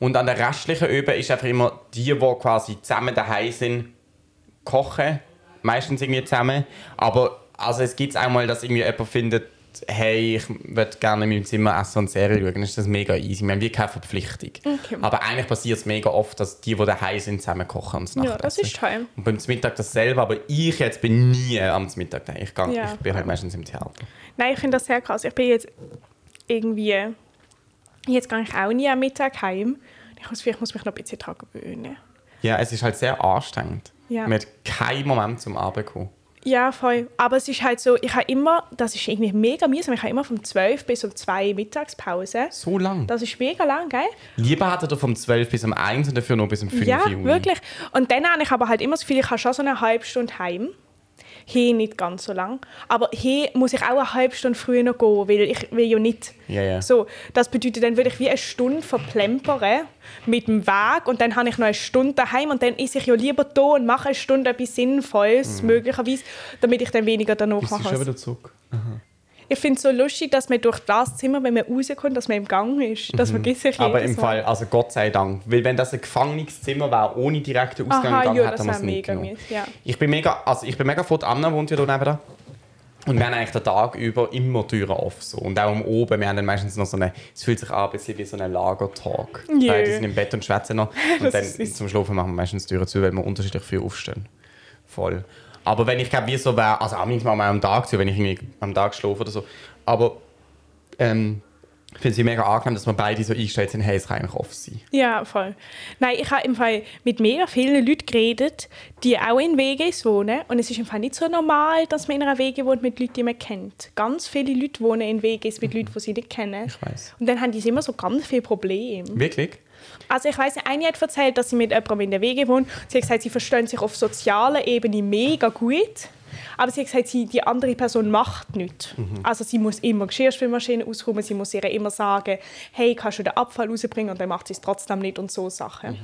Speaker 1: Und an der restlichen Übung ist einfach immer die, die quasi zusammen daheim sind, kochen, meistens irgendwie zusammen. Aber also es gibt einmal, dass irgendwie jemand findet, hey, ich würde gerne in meinem Zimmer essen und Serie schauen, dann ist das mega easy. Wir haben wie keine Verpflichtung. Aber eigentlich passiert es mega oft, dass die, die daheim sind, zusammen kochen und
Speaker 4: Ja, das ist toll.
Speaker 1: Und beim Mittag dasselbe, aber ich jetzt bin nie am Mittag daheim. Ich, gang,
Speaker 4: Ja.
Speaker 1: ich bin halt meistens im Theater.
Speaker 4: Nein, ich finde das sehr krass. Ich bin jetzt irgendwie. Jetzt gehe ich auch nie am Mittag heim. Ich Ich muss, ich muss mich noch ein bisschen daran gewöhnen.
Speaker 1: Ja, es ist halt sehr anstrengend.
Speaker 4: Ja.
Speaker 1: Man hat keinen Moment zum Arbeiten
Speaker 4: Ja, voll. Aber es ist halt so, ich habe immer, das ist irgendwie mega mühsam, ich habe immer von 12 bis um 2 Mittagspause.
Speaker 1: So lang.
Speaker 4: Das ist mega lang, gell?
Speaker 1: Lieber hat er vom 12 bis um 1 und dafür nur bis um 5
Speaker 4: ja,
Speaker 1: Uhr.
Speaker 4: wirklich. Und dann habe ich aber halt immer das Gefühl, ich habe schon so eine halbe Stunde heim. Hier nicht ganz so lang. Aber hier muss ich auch eine halbe Stunde früher noch gehen, weil ich will ja nicht.
Speaker 1: Ja, ja.
Speaker 4: So, das bedeutet, dann würde ich wie eine Stunde verplempern mit dem Weg und dann habe ich noch eine Stunde daheim und dann ist ich ja lieber da und mache eine Stunde etwas
Speaker 1: Mhm.
Speaker 4: Sinnvolles, möglicherweise, damit ich dann weniger danach
Speaker 1: Bist du
Speaker 4: mache.
Speaker 1: schon wieder zurück?
Speaker 4: Ich finde es so lustig, dass man durch das Zimmer, wenn man rauskommt, dass man im Gang ist. Das vergesse ich
Speaker 1: Mhm. Aber
Speaker 4: jedes
Speaker 1: im
Speaker 4: Mal.
Speaker 1: Fall, also Gott sei Dank. Weil wenn das ein Gefängnishzimmer wäre, ohne direkten Ausgang,
Speaker 4: Aha,
Speaker 1: dann
Speaker 4: ja,
Speaker 1: hätte
Speaker 4: das
Speaker 1: man es
Speaker 4: wäre
Speaker 1: nicht
Speaker 4: mega
Speaker 1: genommen.
Speaker 4: mies. Ja.
Speaker 1: Ich bin mega, also ich bin mega froh, die Anna wohnt ja da nebenan. Und wir haben eigentlich den Tag über immer Türen auf. So. Und auch am Oben, wir haben dann meistens noch so eine, es fühlt sich an ein bisschen wie so ein Lagertag.
Speaker 4: Jö.
Speaker 1: Beide sind im Bett und schwätzen
Speaker 4: [LAUGHS]
Speaker 1: noch. Und
Speaker 4: Das
Speaker 1: dann
Speaker 4: ist süß.
Speaker 1: zum Schlafen machen wir meistens die Türen zu, weil wir unterschiedlich früh aufstehen. Voll. Aber wenn ich glaube, wie so wäre, also auch manchmal mal am Tag zu, wenn ich irgendwie am Tag schlafe oder so. Aber ähm, ich finde es mega angenehm, dass wir beide so eingestellt sind, hey, es kann eigentlich off sein.
Speaker 4: Ja, voll. Nein, ich habe im Fall mit mega vielen Leuten geredet, die auch in WGs wohnen. Und es ist im Fall nicht so normal, dass man in einer WG wohnt mit Leuten, die man kennt. Ganz viele Leute wohnen in WGs mit Leuten, die sie nicht kennen.
Speaker 1: Mhm. Ich weiß.
Speaker 4: Und dann haben die immer so ganz viele Probleme.
Speaker 1: Wirklich?
Speaker 4: Also ich weiß, eine hat erzählt, dass sie mit jemandem in der WG wohnt. Sie hat gesagt, sie verstehen sich auf sozialer Ebene mega gut. Aber sie hat gesagt, sie, die andere Person macht nichts. Also sie muss immer Geschirrspülmaschine ausräumen, sie muss ihr immer sagen, hey, kannst du den Abfall rausbringen? Und dann macht sie es trotzdem nicht und so Sachen.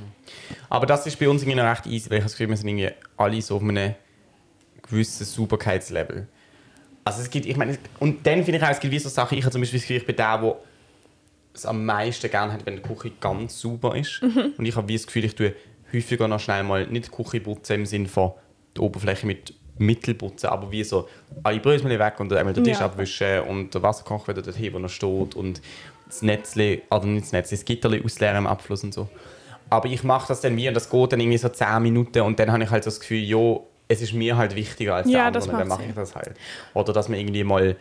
Speaker 1: Aber das ist bei uns irgendwie noch recht easy, weil ich habe das Gefühl, wir sind irgendwie alle so auf einem gewissen Superkeitslevel. Also es gibt, ich meine, es- und dann finde ich auch, es gibt wie so Sachen, ich habe zum Beispiel das Gefühl, ich bin der, der es am meisten gerne hat, wenn die Küche ganz sauber ist. Und ich habe wie das Gefühl, ich tue häufiger noch schnell mal nicht die Küche putzen im Sinne von die Oberfläche mit Mittel putzen, aber wie so alle Brösel weg und einmal den Tisch
Speaker 4: Ja.
Speaker 1: abwischen und der Wasserkocher wieder dorthin, wo er steht und das Netzli, also nicht das Netzli, das Gitterli ausleeren am Abfluss und so. Aber ich mache das dann wie und das geht dann irgendwie so 10 Minuten und dann habe ich halt so das Gefühl, jo, es ist mir halt wichtiger als der
Speaker 4: Ja,
Speaker 1: andere
Speaker 4: das
Speaker 1: und dann
Speaker 4: macht
Speaker 1: mache ich das halt. Oder dass man irgendwie mal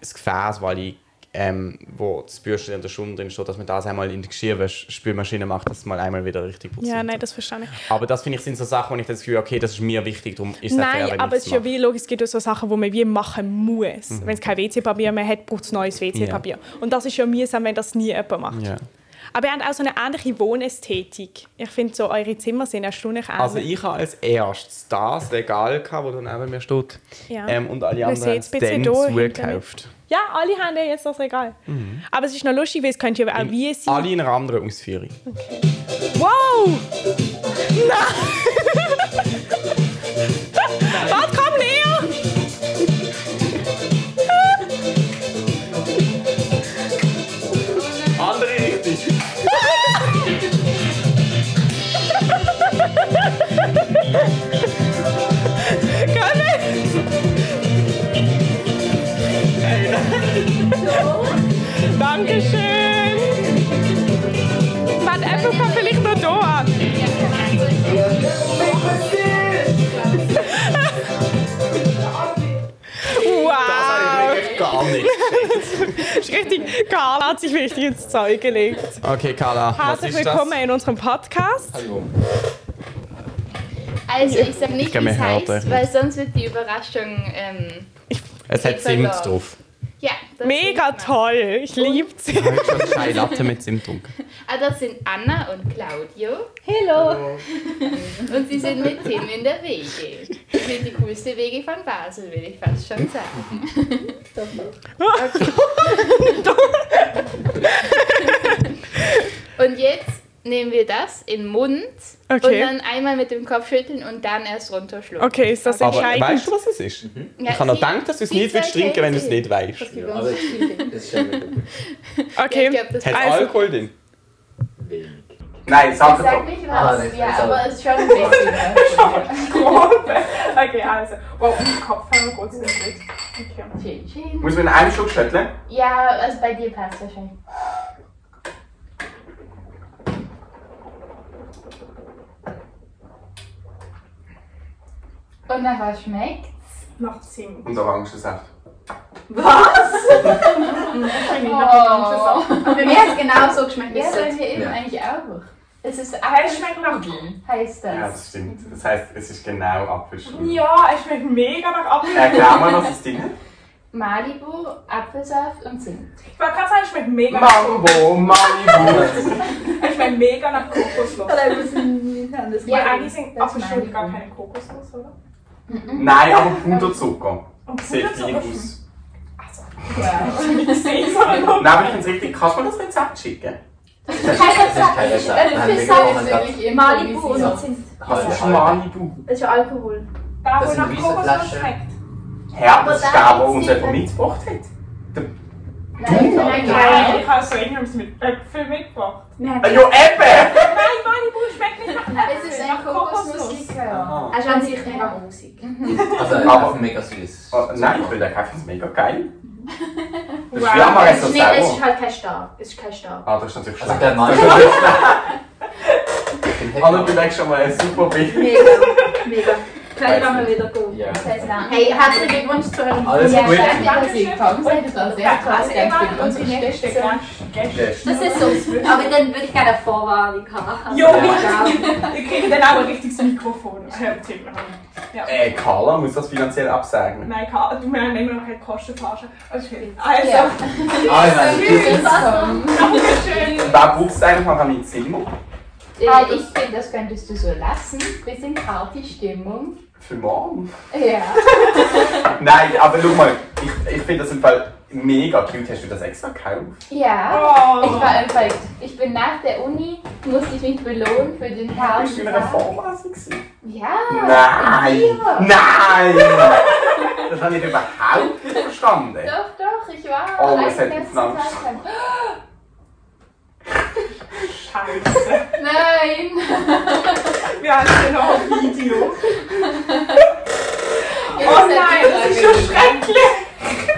Speaker 1: das Gefäß, weil ich, ähm, wo das Bürstchen in der Schuhe drin steht, dass man das einmal in die Geschirrspülmaschine macht, dass es mal einmal wieder richtig putzt.
Speaker 4: Ja, nein, das verstehe ich.
Speaker 1: aber das finde ich sind so Sachen, wo ich das Gefühl habe, okay, das ist mir wichtig, darum ist es auch fair,
Speaker 4: Nein,
Speaker 1: wenn
Speaker 4: aber
Speaker 1: ich's
Speaker 4: es ist ja
Speaker 1: mache.
Speaker 4: wie logisch, es gibt ja so Sachen, die man wie machen muss. Wenn es kein WC-Papier mehr hat, braucht es neues WC-Papier. Und das ist ja mühsam, wenn das nie jemand macht.
Speaker 1: Ja.
Speaker 4: Aber ihr habt auch so eine ähnliche Wohnästhetik. Ich finde so, eure Zimmer sind erstaunlich ähnlich.
Speaker 1: Also ich habe als erstes das Regal gehabt, wo dann neben mir steht.
Speaker 4: Ja.
Speaker 1: Ähm, und alle
Speaker 4: Wir
Speaker 1: anderen haben
Speaker 4: sehen
Speaker 1: es
Speaker 4: jetzt ein bisschen
Speaker 1: dann
Speaker 4: da hinter mir.
Speaker 1: zugekauft.
Speaker 4: ja, alle haben ja jetzt das Regal. Aber es ist noch lustig, weil es könnte ja auch wie sein.
Speaker 1: Alle in einer anderen Ausführung.
Speaker 4: Wow! Nein! [LAUGHS] Warte, komm näher!
Speaker 1: Andere richtig.
Speaker 4: Können Dankeschön! Warte, einfach kann vielleicht noch da an.
Speaker 1: Das
Speaker 4: [LAUGHS] Wow!
Speaker 1: habe ich wirklich gar
Speaker 4: [LAUGHS]
Speaker 1: nicht.
Speaker 4: Ist richtig, Carla hat sich richtig ins Zeug gelegt.
Speaker 1: Okay, Carla, was
Speaker 4: Herzlich
Speaker 1: ist
Speaker 4: willkommen
Speaker 1: das?
Speaker 4: in unserem Podcast.
Speaker 1: Hallo.
Speaker 2: Also, ich sag nicht,
Speaker 1: glaub,
Speaker 2: wie es
Speaker 1: wir hören
Speaker 2: heißt,
Speaker 1: euch nicht.
Speaker 2: weil sonst wird die Überraschung. Ähm,
Speaker 1: Es hat
Speaker 2: Ich
Speaker 1: Zimt
Speaker 2: verlor.
Speaker 1: drauf.
Speaker 2: ja, das
Speaker 4: Mega
Speaker 2: sind-
Speaker 4: toll, ich liebe sie.
Speaker 1: Ich habe schon zwei Latte mit Zimt getrunken.
Speaker 2: Ah, das sind Anna und Claudio.
Speaker 4: Hallo.
Speaker 2: Und sie sind mit Tim in der WG. Sie sind die coolste WG von Basel, will ich fast schon sagen. Und jetzt nehmen wir das in den Mund und
Speaker 4: Okay.
Speaker 2: dann einmal mit dem Kopf schütteln und dann erst runterschlucken.
Speaker 4: Okay, ist das
Speaker 1: Aber
Speaker 4: entscheidend?
Speaker 1: weißt du, was es ist?
Speaker 2: Mhm. Ja,
Speaker 1: ich habe noch
Speaker 2: sie-
Speaker 1: gedacht, dass du es
Speaker 2: die
Speaker 1: nicht
Speaker 2: zwei
Speaker 1: willst trinken, wenn du es
Speaker 2: kennen
Speaker 1: nicht weißt.
Speaker 2: Das
Speaker 1: Hat
Speaker 2: gibt
Speaker 5: Ja,
Speaker 2: uns
Speaker 5: aber
Speaker 2: nicht viel.
Speaker 5: Das ist ja mega gut.
Speaker 2: Ja, ich
Speaker 4: okay.
Speaker 2: glaub, das
Speaker 1: es
Speaker 2: passt.
Speaker 4: Also-
Speaker 1: Alkohol drin?
Speaker 5: Nein, sag
Speaker 2: Sag nicht
Speaker 5: Ah,
Speaker 2: was,
Speaker 5: das
Speaker 2: ja,
Speaker 5: ist aber-
Speaker 2: aber es ist schon ein bisschen.
Speaker 4: okay, also. Wow, Kopfhörer kurz nicht. Okay.
Speaker 2: Chin, chin.
Speaker 1: Muss man einen Schluck schütteln?
Speaker 2: Ja, also bei dir passt das schon. Und nach was schmeckt?
Speaker 4: Nach 10.
Speaker 1: Und Orangensaft.
Speaker 2: Oh. Bei mir hat es genauso geschmeckt. Ja, bei mir eben
Speaker 5: Ja.
Speaker 2: eigentlich auch. Es ist
Speaker 5: Aber es schmeckt nach Gin.
Speaker 2: heißt
Speaker 6: Ja,
Speaker 2: das.
Speaker 6: das stimmt. Das heisst, es ist genau abgeschrieben.
Speaker 5: Ja, es schmeckt mega nach Apfel.
Speaker 6: Erklär mal, was das Ding ist.
Speaker 2: Malibu, Apfelsaft
Speaker 5: [LAUGHS]
Speaker 2: und Zink.
Speaker 5: Ich wollte gerade sagen, es schmeckt mega nach
Speaker 6: Mambo, Malibu.
Speaker 5: Es schmeckt mega nach Kokosnuss.
Speaker 2: Oder müssen das
Speaker 5: Ja, eigentlich sind
Speaker 2: das
Speaker 5: Apfelstrudel gar
Speaker 2: Malibu.
Speaker 5: keine Kokosnuss, oder?
Speaker 6: Nein, aber Puderzucker.
Speaker 5: Und
Speaker 6: Sieht
Speaker 5: Puderzucker
Speaker 6: fein
Speaker 5: schmeckt-
Speaker 6: aus.
Speaker 2: Wow.
Speaker 5: Ich sehe es auch noch.
Speaker 6: Nein, aber ich finde es richtig. Kannst du mir das Rezept schicken?
Speaker 2: Keine
Speaker 7: keine
Speaker 2: Sache.
Speaker 7: Sache.
Speaker 2: Also für Saft ist wirklich
Speaker 8: Malibu
Speaker 2: improvisiert.
Speaker 8: und Zins.
Speaker 6: Das ist
Speaker 7: Halbe.
Speaker 6: Malibu.
Speaker 8: Das ist ja Alkohol.
Speaker 5: Da,
Speaker 7: Das
Speaker 5: wo
Speaker 7: sind
Speaker 5: nach
Speaker 7: riesen
Speaker 5: Kokosnuss
Speaker 7: Flaschen.
Speaker 5: schmeckt.
Speaker 6: Herr, das
Speaker 2: Aber
Speaker 6: ist der,
Speaker 2: da
Speaker 6: der uns
Speaker 2: gibt's
Speaker 6: jemand
Speaker 2: nicht-
Speaker 6: mitgebracht hat.
Speaker 2: Nein, nein,
Speaker 5: Nein,
Speaker 2: nein.
Speaker 5: ich habe so Ingrams mit Äpfel mitgebracht.
Speaker 8: Nein.
Speaker 6: Ah, Ja, eben!
Speaker 5: Nein, Malibu schmeckt nicht nach Äpfel.
Speaker 2: Es ist ein
Speaker 5: nach
Speaker 2: Kokosnusslikör.
Speaker 6: Ah.
Speaker 8: Also an sich mega rosig.
Speaker 7: Also, aber mega süß.
Speaker 6: Oh, nein, ich finde den Kaffee ist
Speaker 5: [LAUGHS]
Speaker 6: mega geil. Das
Speaker 5: Wow.
Speaker 6: ist wie
Speaker 8: Es
Speaker 6: Amaretto
Speaker 8: ist, nicht, es ist
Speaker 6: selber.
Speaker 8: halt kein Stab. Es ist kein Stab.
Speaker 6: Ah, das ist natürlich
Speaker 7: Also,
Speaker 6: schlecht.
Speaker 7: der Mann.
Speaker 6: [LAUGHS] Aber du legst schon mal ein super Bild.
Speaker 8: Mega, mega. Gleich kann man wieder gehen.
Speaker 7: Ja.
Speaker 8: Hey, herzlichen Glückwunsch zu eurem
Speaker 7: Alles
Speaker 8: Ja,
Speaker 7: gut.
Speaker 8: danke.
Speaker 6: Das
Speaker 8: Das ist so. [LAUGHS] Aber dann würde ich gerne eine Vorwarnung haben.
Speaker 5: Jo, wir kriegen dann auch ein richtiges Mikrofon. Äh, Zimmer. Ja.
Speaker 6: Äh, Carla muss das finanziell absagen.
Speaker 5: Nein, Ka- du meinst immer noch keine Kostenflasche. Okay. Also,
Speaker 2: Ja.
Speaker 7: Ah,
Speaker 5: danke schön.
Speaker 6: Wer braucht es eigentlich noch an Zimmer?
Speaker 2: Äh, Ich finde, das könntest du so lassen. Bisschen Party-Stimmung.
Speaker 6: Für morgen?
Speaker 2: Ja.
Speaker 6: Nein, aber schau mal, ich, ich finde das im Fall mega cute. Hast du das extra gekauft?
Speaker 2: Ja. Ich
Speaker 5: Oh.
Speaker 2: war einfach, ich bin nach der Uni, musste ich mich belohnen für den
Speaker 5: Ah,
Speaker 6: Bist du in einer
Speaker 2: Party.
Speaker 6: Vorlesung? gewesen?
Speaker 2: Ja.
Speaker 6: Nein!
Speaker 2: Lieber.
Speaker 6: Nein! Das habe ich überhaupt nicht verstanden.
Speaker 2: Doch, doch, ich war.
Speaker 6: Oh,
Speaker 2: als
Speaker 6: es hat
Speaker 2: ich das
Speaker 6: jetzt Namen.
Speaker 2: gesagt
Speaker 5: [GASPS]
Speaker 2: habe.
Speaker 5: Scheiße.
Speaker 2: Nein!
Speaker 5: Wir haben hier noch ein Video. Oh
Speaker 2: Jetzt
Speaker 5: nein, das ist
Speaker 2: ja
Speaker 5: schon schrecklich.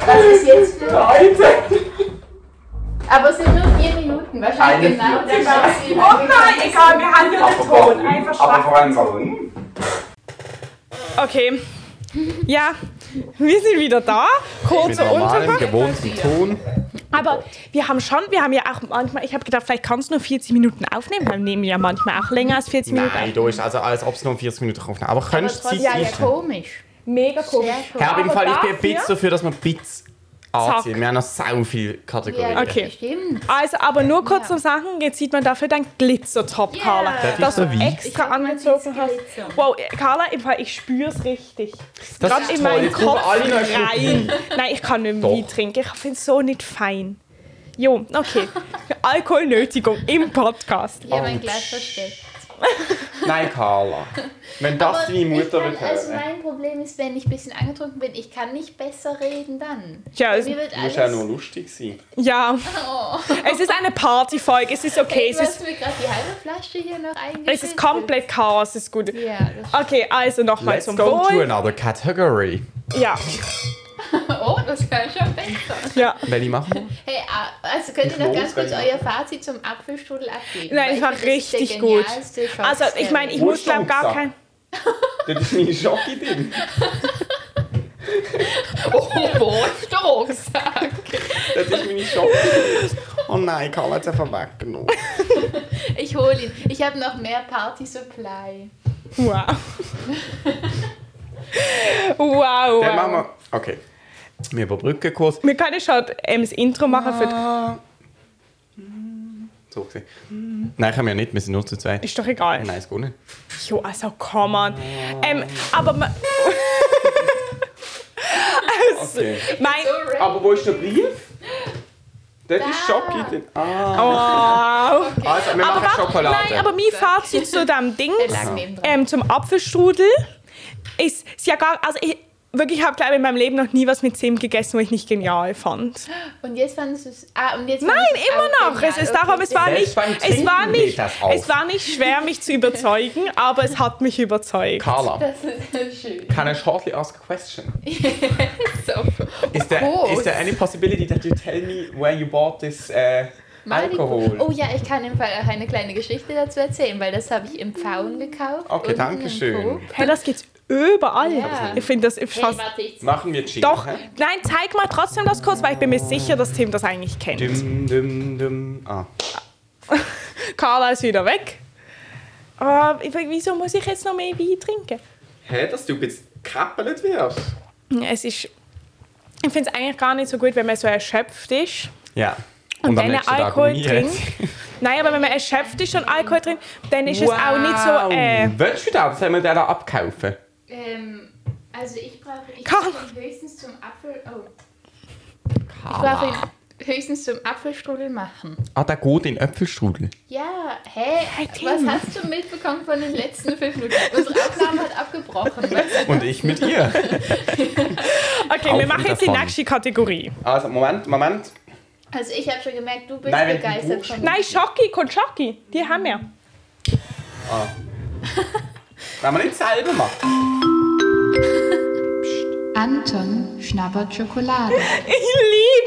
Speaker 2: Was ist jetzt für.
Speaker 6: Leute!
Speaker 2: Aber es sind nur vier Minuten, wahrscheinlich
Speaker 6: Eine
Speaker 2: genau
Speaker 6: vier.
Speaker 2: das, was
Speaker 5: Oh
Speaker 2: ich
Speaker 5: nein, egal, wir haben hier den
Speaker 6: Aber
Speaker 5: Ton.
Speaker 6: warum?
Speaker 5: Einfach
Speaker 6: Aber vor
Speaker 5: schwach.
Speaker 6: allem warum?
Speaker 4: Okay. Ja, wir sind wieder da.
Speaker 1: Mit
Speaker 4: Kurzer
Speaker 1: normalem,
Speaker 4: Unterbruch.
Speaker 1: gewohnten Ton.
Speaker 4: Aber wir haben schon, wir haben ja auch manchmal, ich habe gedacht, vielleicht kannst du nur 40 Minuten aufnehmen, weil wir nehmen ja manchmal auch länger als 40 Minuten.
Speaker 1: Nein, da ist also, als ob es nur 40 Minuten kommt. Aber könntest du
Speaker 2: trotzdem-
Speaker 1: es
Speaker 2: Also, Ja, ja,
Speaker 1: einstellen?
Speaker 2: komisch.
Speaker 4: Mega komisch.
Speaker 1: Herr, aber im
Speaker 4: Aber
Speaker 1: Fall, ich bin ein
Speaker 4: dafür-
Speaker 1: bisschen dafür, dass wir ein bisschen anziehen. Wir haben noch sau viele Kategorien.
Speaker 2: Ja,
Speaker 4: Okay.
Speaker 2: Stimmt.
Speaker 4: Also, aber nur kurz um Sachen, jetzt sieht man dafür dein Glitzer-Top,
Speaker 2: Ja.
Speaker 4: Carla.
Speaker 2: Darf
Speaker 1: ich
Speaker 4: Dass du
Speaker 1: so wie?
Speaker 4: extra
Speaker 2: Ich hab mein
Speaker 4: angezogen hast.
Speaker 2: Glitzer.
Speaker 4: Wow, Carla, im Fall, ich spüre es richtig.
Speaker 1: Das
Speaker 4: Gerade
Speaker 1: ist
Speaker 4: in
Speaker 1: toll.
Speaker 4: meinen
Speaker 1: Jetzt gucken
Speaker 4: Kopf
Speaker 1: alle noch ein Stück
Speaker 4: rein. Nein, ich kann nicht mehr
Speaker 1: Doch.
Speaker 4: Wein trinken. Ich finde es so nicht fein. Jo,
Speaker 2: [LAUGHS]
Speaker 4: okay. Alkoholnötigung im Podcast.
Speaker 2: Ich habe ein Glas versteckt.
Speaker 1: Nein, Carla. Wenn das
Speaker 2: Aber
Speaker 1: deine Mutter
Speaker 2: ich
Speaker 1: will
Speaker 2: kann, also
Speaker 1: hören.
Speaker 2: mein Problem ist, wenn ich ein bisschen angetrunken bin, ich kann nicht besser reden dann.
Speaker 4: Ja,
Speaker 2: Bei
Speaker 4: es-
Speaker 2: mir wird
Speaker 1: Du musst ja auch
Speaker 2: alles...
Speaker 1: nur lustig sein.
Speaker 4: Ja. Es ist eine Partyfolge, es ist okay.
Speaker 2: Hey,
Speaker 4: Es
Speaker 2: du hast
Speaker 4: ist,
Speaker 2: mir gerade die halbe Flasche hier noch eingeschüttet.
Speaker 4: es ist komplett Chaos, es ist gut.
Speaker 2: Ja, das
Speaker 4: Okay, also nochmal
Speaker 1: Let's
Speaker 4: zum
Speaker 1: go to
Speaker 4: Wohl.
Speaker 1: another category.
Speaker 4: Ja,
Speaker 2: [LAUGHS] Oh, das kann schon besser.
Speaker 4: ja.
Speaker 1: Welche machen wir?
Speaker 2: Hey, ah, also könnt ihr
Speaker 1: Ich
Speaker 2: noch
Speaker 1: los,
Speaker 2: ganz kurz
Speaker 1: wenn-
Speaker 2: euer Fazit zum Apfelstrudel abgeben?
Speaker 4: Nein,
Speaker 2: Weil
Speaker 4: es war
Speaker 2: finde, das ist der
Speaker 4: richtig gut.
Speaker 2: genialste Shot
Speaker 4: Also, ich meine, ich
Speaker 1: Wo
Speaker 4: muss
Speaker 1: ist der
Speaker 4: glaube gar
Speaker 1: Rucksack?
Speaker 4: kein.
Speaker 1: [LAUGHS] Das ist meine Schocke-Ding.
Speaker 2: Oh, wo ist der Rucksack?
Speaker 1: Das ist meine Schocke-Ding. Oh nein, Carla hat es einfach weggenommen.
Speaker 2: Ich hole ihn. Ich habe noch mehr Party Supply.
Speaker 4: Wow. wow.
Speaker 1: Dann machen
Speaker 4: wow.
Speaker 1: wir... Okay. Wir überbrücken kurz.
Speaker 4: Wir können schon ähm, das Intro machen für
Speaker 1: Ah.
Speaker 4: die-
Speaker 1: So gesehen. Nein, können wir nicht. Wir sind nur zu zweit.
Speaker 4: Ist doch egal.
Speaker 1: Nein, Ah. ist gut nicht.
Speaker 4: Jo, also komm an. Ähm,
Speaker 1: [LAUGHS]
Speaker 4: aber ma-
Speaker 1: Okay.
Speaker 4: Also, mein.
Speaker 1: Aber wo ist der Brief? Das ist
Speaker 2: Da.
Speaker 1: Schocke. Ah.
Speaker 4: Oh, Wow.
Speaker 1: Also, wir
Speaker 4: Aber
Speaker 1: machen
Speaker 4: wa-
Speaker 1: Schokolade.
Speaker 4: Nein, aber mein Fazit zu dem Ding
Speaker 2: Der lag neben dran.
Speaker 4: ähm, zum Apfelstrudel ist ist ja gar. Also ich wirklich habe glaube ich in meinem Leben noch nie was mit Zimt gegessen, wo ich nicht genial fand.
Speaker 2: Und jetzt fandest du es. Ah, und jetzt
Speaker 4: Nein,
Speaker 2: fandest du es
Speaker 4: immer
Speaker 2: auch
Speaker 4: noch.
Speaker 2: genial.
Speaker 4: Es ist darum, es war
Speaker 1: Selbst
Speaker 4: nicht,
Speaker 1: beim
Speaker 4: es war
Speaker 1: Trinken geht
Speaker 4: nicht,
Speaker 1: das auf.
Speaker 4: es war nicht schwer, mich zu überzeugen, aber es hat mich überzeugt.
Speaker 1: Carla,
Speaker 2: [LAUGHS] Das ist schön.
Speaker 1: can I shortly ask a question?
Speaker 2: So.
Speaker 1: Is there,
Speaker 2: course.
Speaker 1: is there any possibility that you tell me where you bought this uh,
Speaker 2: Malibu.
Speaker 1: alcohol?
Speaker 2: Oh ja, ich kann im Fall auch eine kleine Geschichte dazu erzählen, weil das habe ich im Pfauen gekauft.
Speaker 1: Okay,
Speaker 2: unten
Speaker 1: danke
Speaker 2: im
Speaker 1: schön.
Speaker 2: Coop.
Speaker 4: Hey, das gibt's überall.
Speaker 2: Ja.
Speaker 4: Ich finde das
Speaker 2: Hey,
Speaker 4: fast.
Speaker 2: warte, ich
Speaker 1: Machen wir Ching.
Speaker 4: Doch,
Speaker 1: hä?
Speaker 4: nein, zeig mal trotzdem das kurz, weil ich bin mir sicher, dass Tim das eigentlich kennt.
Speaker 1: Dum, dum, dum. Ah.
Speaker 4: Carla ist wieder weg. Ah, w- wieso muss ich jetzt noch mehr Wein trinken?
Speaker 1: Hä, dass du jetzt gekäppelt wirst?
Speaker 4: Es ist. Ich finde es eigentlich gar nicht so gut, wenn man so erschöpft ist.
Speaker 1: Ja.
Speaker 4: Und wenn er Alkohol
Speaker 1: nie [LAUGHS]
Speaker 4: trinkt,
Speaker 1: hat.
Speaker 4: Nein, aber wenn man erschöpft ist und Alkohol trinkt, dann ist es auch nicht so. Äh,
Speaker 1: Willst du da? Das haben wir dir da abkaufen.
Speaker 2: Ähm, also ich brauche ich
Speaker 4: Karl.
Speaker 2: brauche ihn höchstens zum Apfel. Oh. Ich brauche ihn höchstens zum Apfelstrudel machen.
Speaker 1: Ah, der geht in Äpfelstrudel.
Speaker 2: Ja, hä?
Speaker 4: Tim.
Speaker 2: Was hast du mitbekommen von den letzten fünf Minuten? Unsere Aufnahme hat
Speaker 4: [LAUGHS]
Speaker 2: abgebrochen. Was?
Speaker 1: Und ich mit ihr.
Speaker 4: okay, wir
Speaker 1: Kaufen
Speaker 4: machen jetzt die
Speaker 1: davon.
Speaker 4: nächste Kategorie.
Speaker 1: [LAUGHS] Also, Moment, Moment.
Speaker 2: Also ich habe schon gemerkt, du bist
Speaker 1: Nein, wenn du
Speaker 2: begeistert
Speaker 1: buchst.
Speaker 2: von
Speaker 4: Nein, Schocki, Konschocki, die haben wir.
Speaker 1: Ah. Wenn wir nicht selber machen.
Speaker 2: Anton schnabbert Schokolade.
Speaker 4: Ich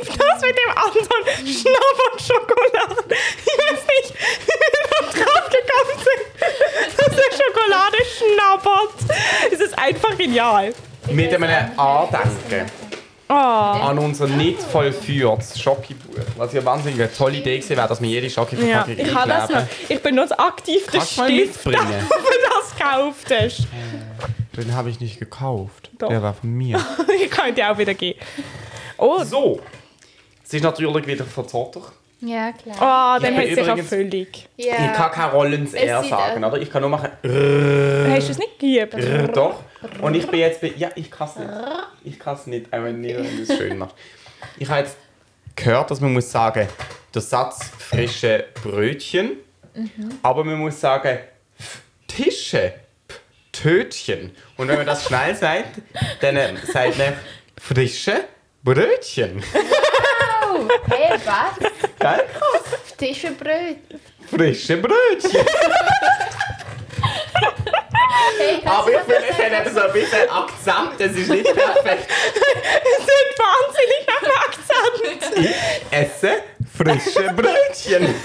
Speaker 4: liebe das mit dem anderen Schnapp Schokolade. Ich weiß nicht, wie wir da drauf gekommen sind, dass der Schokolade schnappert. Es ist einfach genial.
Speaker 1: Mit einem Andenken
Speaker 4: Oh,
Speaker 1: an unser nicht vollführtes Schokibuch. Was ja wahnsinnig eine tolle Idee gewesen wäre, dass wir jede
Speaker 4: ja.
Speaker 1: Schokiverpackung
Speaker 4: Ich habe das noch. Ich benutze aktiv den
Speaker 1: Kannst du mal
Speaker 4: Stift, den [LAUGHS]
Speaker 1: mitbringen?
Speaker 4: du das gekauft hast. [LAUGHS]
Speaker 1: Den habe ich nicht gekauft.
Speaker 4: Doch.
Speaker 1: Der war von mir.
Speaker 4: Ich kann dir auch wieder gehen.
Speaker 1: [LAUGHS]
Speaker 4: Oh,
Speaker 1: So. Es ist natürlich wieder verzottert.
Speaker 2: Ja, klar.
Speaker 4: Oh, dann
Speaker 1: bin
Speaker 4: hat sich auch
Speaker 1: übrigens-
Speaker 4: völlig.
Speaker 1: Ich kann
Speaker 2: Ja.
Speaker 1: keine Rollens R
Speaker 2: sieht
Speaker 1: sagen,
Speaker 2: aus-
Speaker 1: oder? Ich kann nur machen.
Speaker 4: Hast du es nicht gegeben?
Speaker 1: Brr, Äh, doch. Und ich bin jetzt bei. Ja, ich kann es nicht. Ich kann es nicht, auch wenn ihr [LAUGHS] es schön macht. Ich habe jetzt gehört, dass man muss sagen, der Satz frische Brötchen, aber man muss sagen Tische, P- Tötchen. Und wenn man das schnell sagt, dann ähm, sagt man frische Brötchen.
Speaker 2: Hey, was?
Speaker 1: Geil?
Speaker 2: Tische Bröt.
Speaker 1: Frische Brötchen.
Speaker 2: Hey, kannst
Speaker 1: Aber [LAUGHS]
Speaker 2: du
Speaker 1: ich
Speaker 2: das
Speaker 1: finde, es hat
Speaker 2: mal sagen?
Speaker 1: eben so ein bisschen Akzent, es ist nicht perfekt.
Speaker 4: Das sind wahnsinnig am Akzent.
Speaker 1: Ich esse frische Brötchen.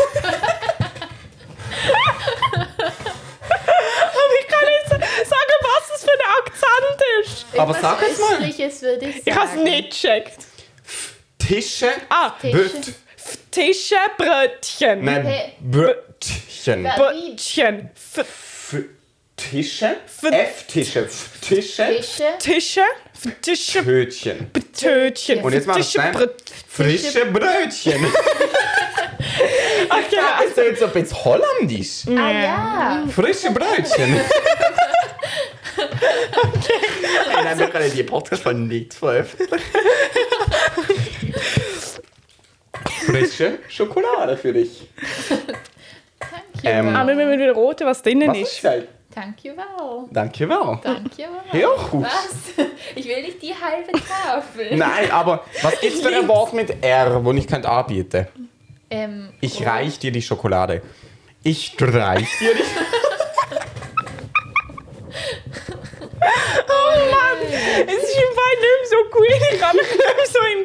Speaker 4: Aber ich kann nicht sagen, was es für ein Akzent ist.
Speaker 1: Aber sag
Speaker 2: Was
Speaker 1: es mal.
Speaker 2: Österreichisches würde ich sagen.
Speaker 4: Ich habe es nicht gecheckt.
Speaker 1: Tische.
Speaker 4: Ah,
Speaker 1: Bröt.
Speaker 4: Tische, Brötchen.
Speaker 1: Nein, Brötchen.
Speaker 2: Tische.
Speaker 4: Brötchen. F-
Speaker 1: F- Tische.
Speaker 4: F-
Speaker 1: F-Tische. F- Tische.
Speaker 2: Tische.
Speaker 4: Tische, F- Tische,
Speaker 1: Brötchen.
Speaker 4: Brötchen.
Speaker 1: Und jetzt machen wir
Speaker 4: Tische,
Speaker 1: schnell.
Speaker 4: Brötchen.
Speaker 1: Frische Brötchen.
Speaker 4: [LAUGHS] Okay,
Speaker 1: Das ist so ein bisschen holländisch.
Speaker 4: Mhm.
Speaker 2: Ah ja.
Speaker 1: Frische
Speaker 4: [LAUGHS]
Speaker 1: Brötchen. Okay. Nein, wir können die Podcast-Folge nicht veröffentlichen.
Speaker 4: [LAUGHS]
Speaker 1: Frische Schokolade für dich.
Speaker 2: Thank you.
Speaker 1: Ähm,
Speaker 2: wow.
Speaker 4: aber Ah, wir müssen wieder roten, was drinnen
Speaker 1: Was
Speaker 4: ist.
Speaker 1: ist das?
Speaker 2: Thank you, wow.
Speaker 1: Danke, wow.
Speaker 2: Thank you, wow.
Speaker 1: Ja, gut.
Speaker 2: Was? [LAUGHS] Ich will nicht die halbe
Speaker 1: [LAUGHS]
Speaker 2: Tafel.
Speaker 1: Nein, aber was gibt's für ein Wort mit R, wo ich könnte anbieten?
Speaker 2: Ähm,
Speaker 1: Ich
Speaker 2: oh.
Speaker 1: reich dir die Schokolade. Ich reich dir die.
Speaker 4: Oh Mann, es ist im Fall nicht mehr so cool. Ich habe mich nicht mehr so im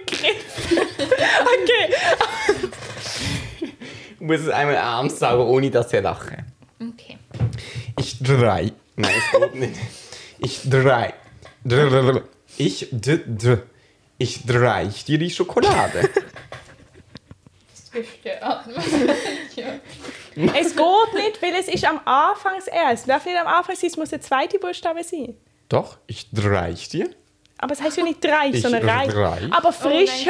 Speaker 4: Griff. Okay,
Speaker 1: Ich muss es einmal ernst sagen, ohne dass er lache.
Speaker 2: Okay.
Speaker 1: Ich drei. Nein, es geht nicht. Ich drei. Dr- dr- dr- Ich d d. Ich reich dir die Schokolade.
Speaker 2: Ist gestört.
Speaker 4: es geht nicht, weil es ist am Anfang erst. Es darf nicht am Anfang sein, es muss der zweite Buchstabe sein.
Speaker 1: Doch, ich reich dir.
Speaker 4: Aber es heißt ja nicht reich,
Speaker 1: Ich
Speaker 4: sondern reich.
Speaker 1: reich.
Speaker 4: Aber frische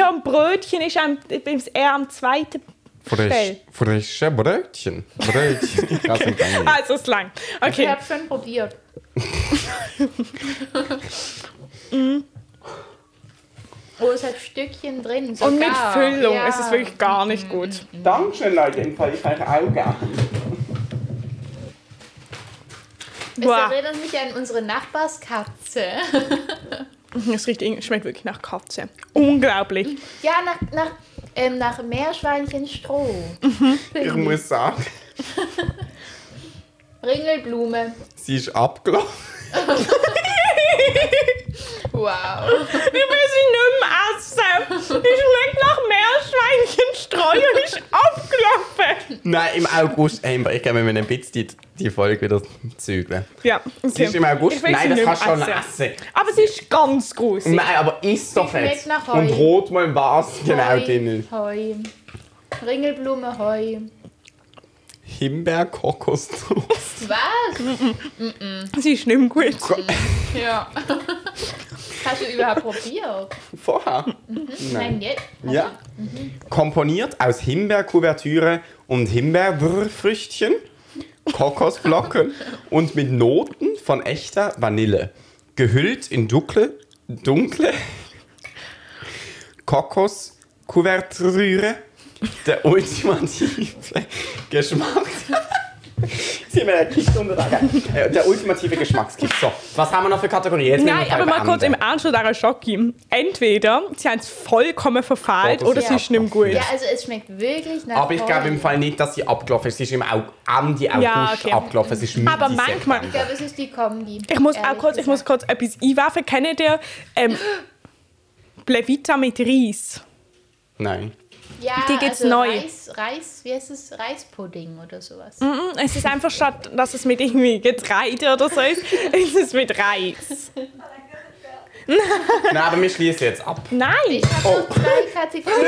Speaker 2: Oh nein.
Speaker 4: und Brötchen ist am, ist eher am zweiten.
Speaker 1: Frisch,
Speaker 4: Stell.
Speaker 1: frische Brötchen.
Speaker 4: [LAUGHS]
Speaker 1: Brötchen. Ich kann's nicht annehmen.
Speaker 4: Also ist lang.
Speaker 2: Ich
Speaker 4: Okay.
Speaker 2: habe schon
Speaker 1: [LAUGHS]
Speaker 2: probiert. Oh, es hat Stückchen drin. Sogar.
Speaker 4: Und mit Füllung.
Speaker 2: Ja. Mhm.
Speaker 4: Es ist wirklich gar nicht gut.
Speaker 1: Dankeschön, Leute. Im Fall, ich habe auch gerne.
Speaker 2: Es
Speaker 4: Boah.
Speaker 2: erinnert mich an unsere Nachbarskatze.
Speaker 4: Es riecht, irgendwie- schmeckt wirklich nach Katze.
Speaker 2: [LAUGHS]
Speaker 4: Unglaublich.
Speaker 2: Ja, nach, nach, ähm, nach Meerschweinchenstroh.
Speaker 1: Ich muss sagen,
Speaker 2: Ringelblume.
Speaker 1: sie ist abgelaufen.
Speaker 2: Wow.
Speaker 4: Wir müssen nicht mehr essen. Ich schmeckt nach Meerschweinchenstreu und ist abgelaufen.
Speaker 1: Nein, im August. Hey, ich kann mir ein bisschen die, die Folge wieder zügeln.
Speaker 4: Ja,
Speaker 1: Sie
Speaker 4: okay.
Speaker 1: ist im August.
Speaker 4: Ich will sie
Speaker 1: Nein, das
Speaker 4: nicht
Speaker 1: kannst du schon
Speaker 4: mehr
Speaker 1: essen.
Speaker 4: Aber sie ist ganz groß.
Speaker 1: Nein, aber isst doch
Speaker 2: Sie schmeckt
Speaker 1: jetzt.
Speaker 2: nach Heu.
Speaker 1: Und rot mal was genau
Speaker 2: Heu,
Speaker 1: drin ist.
Speaker 2: Heu. Ringelblume, Heu.
Speaker 1: Himbeer-Kokosnuss.
Speaker 2: Was?
Speaker 4: Sie ist nicht mehr gut.
Speaker 2: Ja. Hast du überhaupt probiert?
Speaker 1: Vorher.
Speaker 2: Nein, jetzt.
Speaker 1: Ja. Komponiert aus Himbeerkuvertüre und Himbeerfrüchtchen,
Speaker 4: [LAUGHS]
Speaker 1: Kokosflocken und mit Noten von echter Vanille. Gehüllt in dunkle, dunkle Kokoskuvertüre. Der ultimative
Speaker 4: [LAUGHS]
Speaker 1: Geschmack. Sie haben ja gekickt unter der Hand. Äh, Der ultimative Geschmackskick. So, was haben wir noch für Kategorien? Jetzt müssen wir
Speaker 4: Nein,
Speaker 1: das
Speaker 4: aber mal kurz im
Speaker 1: beenden.
Speaker 4: Ernst oder daran Schocki. Entweder sie haben es vollkommen verfehlt oder sie ist nicht mehr gut.
Speaker 2: Ja, also es schmeckt wirklich
Speaker 4: Äh,
Speaker 2: nach
Speaker 1: Aber ich glaube im
Speaker 2: Holz.
Speaker 1: Fall nicht, dass sie abgelaufen ist. Sie ist im Au- Ende August
Speaker 4: Ja, okay.
Speaker 1: abgelaufen. Es ist Mitte
Speaker 4: Aber manchmal-
Speaker 2: Ich
Speaker 1: September.
Speaker 2: glaube, es ist die Kombi.
Speaker 4: Ich muss auch
Speaker 2: ehrlich
Speaker 4: kurz, ich muss
Speaker 2: gesagt.
Speaker 4: kurz etwas einwerfen. Kennt ihr ähm, Blevita mit Reis?
Speaker 1: Nein.
Speaker 2: Ja,
Speaker 4: Die gibt's
Speaker 2: also
Speaker 4: neu.
Speaker 2: Reis, Reis, wie heißt es? Reispudding oder sowas.
Speaker 4: Mm, Es ist einfach statt, dass es mit irgendwie Getreide oder so ist, [LAUGHS] ist es mit Reis.
Speaker 1: Nein, aber wir schließen jetzt ab.
Speaker 4: Nein!
Speaker 2: Ich habe
Speaker 1: Oh.
Speaker 2: noch [LAUGHS] zwei Kategorien.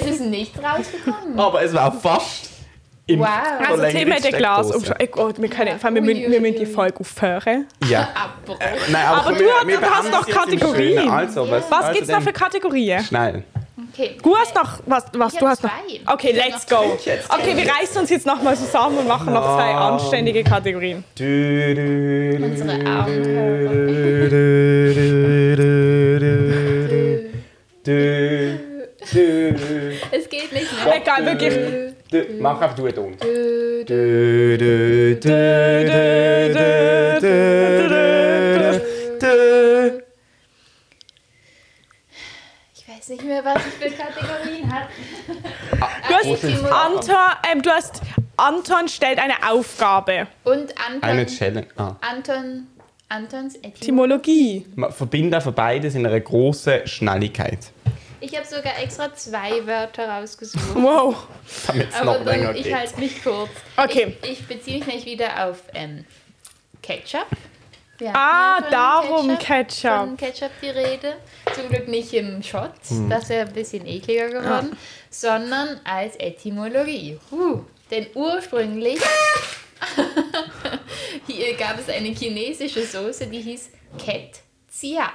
Speaker 2: Es ist nicht rausgekommen.
Speaker 1: Aber es war fast im
Speaker 2: Wow.
Speaker 4: Also
Speaker 1: verlängerte
Speaker 4: Thema der Glas.
Speaker 1: Steckdose.
Speaker 4: Oh Gott, wir, können, wir, müssen, wir müssen die Folge aufhören.
Speaker 1: Ja.
Speaker 2: Abbruch.
Speaker 1: Nein,
Speaker 4: Aber du hast- du hast
Speaker 1: beenden
Speaker 4: doch
Speaker 1: es jetzt im
Speaker 4: Kategorien.
Speaker 1: Schönen. Also, was
Speaker 4: Was
Speaker 1: also
Speaker 4: gibt es noch
Speaker 1: dann-
Speaker 4: für Kategorien?
Speaker 1: Schnell.
Speaker 2: Okay.
Speaker 4: Du hast noch was, was
Speaker 2: Ich
Speaker 4: du
Speaker 2: hab
Speaker 4: hast noch.
Speaker 2: zwei.
Speaker 4: Okay,
Speaker 2: Ich hab
Speaker 4: let's
Speaker 2: noch
Speaker 4: go. Okay, wir reißen uns jetzt nochmal zusammen und machen noch zwei anständige Kategorien.
Speaker 1: Du, du, du,
Speaker 2: Unsere
Speaker 1: du,
Speaker 2: Abenteuer.
Speaker 1: du, du, du, du, du,
Speaker 2: Es geht nicht mehr.
Speaker 4: Egal, wirklich.
Speaker 1: du. Mach einfach um. du einen Ton.
Speaker 2: Dö, dö.
Speaker 1: Kategorie
Speaker 2: Ich weiß nicht mehr, was ich für Kategorien habe.
Speaker 4: Du hast, Anton, ähm, du hast Anton stellt eine Aufgabe.
Speaker 2: Und Anton.
Speaker 1: Eine Challenge. Ah.
Speaker 2: Anton. Antons Etymologie.
Speaker 4: Etymologie.
Speaker 1: Man verbindet einfach beides in einer großen Schnelligkeit.
Speaker 2: Ich habe sogar extra zwei Wörter rausgesucht.
Speaker 4: Wow.
Speaker 1: Damit es
Speaker 2: Aber
Speaker 1: noch länger
Speaker 2: dann, ich
Speaker 1: geht.
Speaker 2: halte mich kurz.
Speaker 4: Okay.
Speaker 2: Ich, ich beziehe mich nämlich wieder auf ähm, Ketchup. Wir hatten
Speaker 4: Ah,
Speaker 2: ja von
Speaker 4: darum
Speaker 2: Von
Speaker 4: Ketchup.
Speaker 2: Ketchup die Rede. Zum Glück nicht im Shot,
Speaker 1: Hm.
Speaker 2: das wäre ein bisschen ekliger
Speaker 1: Ah.
Speaker 2: geworden, sondern als Etymologie. Huh. Denn ursprünglich [LAUGHS] hier gab es eine chinesische Soße, die hieß Ketziap.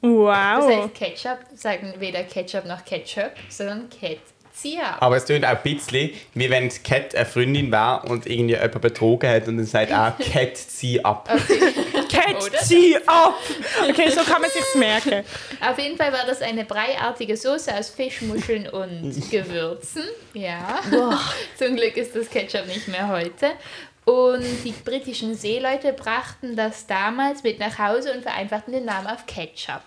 Speaker 2: Das
Speaker 4: Wow.
Speaker 2: heißt Ketchup, sagen weder Ketchup noch Ketchup, sondern Ketziap.
Speaker 1: Aber es tönt auch ein bisschen, wie wenn die Cat eine Freundin war und irgendwie jemand betrogen hat und dann sagt auch Cat sie ab.
Speaker 4: Catch sie ab. Okay, so kann man sich's merken.
Speaker 2: Auf jeden Fall war das eine breiartige Soße aus
Speaker 4: [LAUGHS]
Speaker 2: Fischmuscheln und Gewürzen. Ja. [LAUGHS] Zum Glück ist das Ketchup nicht mehr heute. Und die britischen Seeleute brachten das damals mit nach Hause und vereinfachten den Namen auf Ketchup.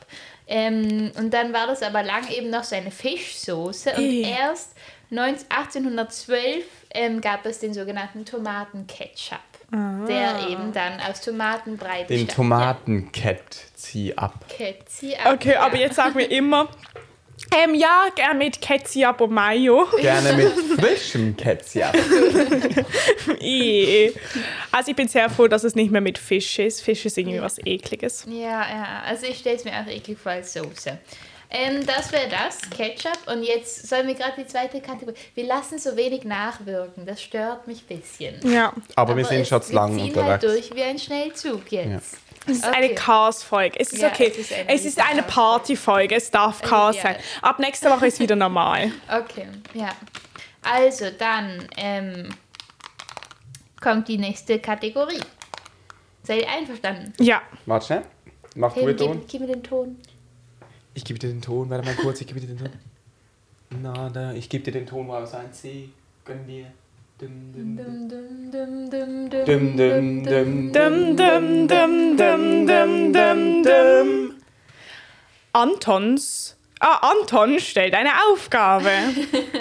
Speaker 2: Ähm, und dann war das aber lang eben noch so eine Fischsoße. Und
Speaker 4: Ih.
Speaker 2: erst 19 1812 ähm, gab es den sogenannten Tomatenketchup, der
Speaker 4: Ah.
Speaker 2: eben dann aus Tomatenbrei
Speaker 1: Den
Speaker 2: bestand.
Speaker 1: Tomaten-Cat sie ab.
Speaker 2: Ketchup.
Speaker 4: Okay, aber jetzt sagen wir immer, ähm, ja, gern mit Ketchup und Mayo.
Speaker 2: [LAUGHS]
Speaker 1: Gerne mit frischem Cat sie ab.
Speaker 4: Ih. Also ich bin sehr froh, dass es nicht mehr mit Fisch ist. Fisch ist irgendwie was Ekliges.
Speaker 2: Ja, ja, also ich stelle es mir auch eklig vor als Soße. Ähm, das wäre das, Ketchup. Und jetzt sollen wir gerade die zweite Kategorie. Wir lassen so wenig nachwirken, das stört mich ein bisschen.
Speaker 4: Ja,
Speaker 1: Aber, wir sind
Speaker 2: es-
Speaker 1: schon zu lang
Speaker 2: wir ziehen
Speaker 1: unterwegs.
Speaker 2: Halt durch wie ein Schnellzug jetzt.
Speaker 4: es ist
Speaker 2: Okay.
Speaker 4: eine Chaos-Folge. Es ist
Speaker 2: Ja,
Speaker 4: okay.
Speaker 2: es ist eine
Speaker 4: Es ist eine Party-Folge. Es darf Chaos
Speaker 2: ja.
Speaker 4: sein. Ab nächster Woche ist
Speaker 2: [LAUGHS]
Speaker 4: wieder normal.
Speaker 2: Okay, ja. Also dann ähm, kommt die nächste Kategorie. Seid ihr einverstanden?
Speaker 4: Ja.
Speaker 1: Warte schnell. Mach du
Speaker 2: Tim,
Speaker 1: einen
Speaker 2: gib,
Speaker 1: Ton.
Speaker 2: gib mir den Ton.
Speaker 1: Ich gebe dir den Ton, warte mal kurz, ich gebe dir den Ton. Na, da, ich gebe dir den Ton, war es ein C. Gönn dir. Dum, dum, dum. Dum, dum, dum,
Speaker 4: Dum, dum, dum, dum, dum, dum, dum. Antons. Ah, Anton stellt eine Aufgabe.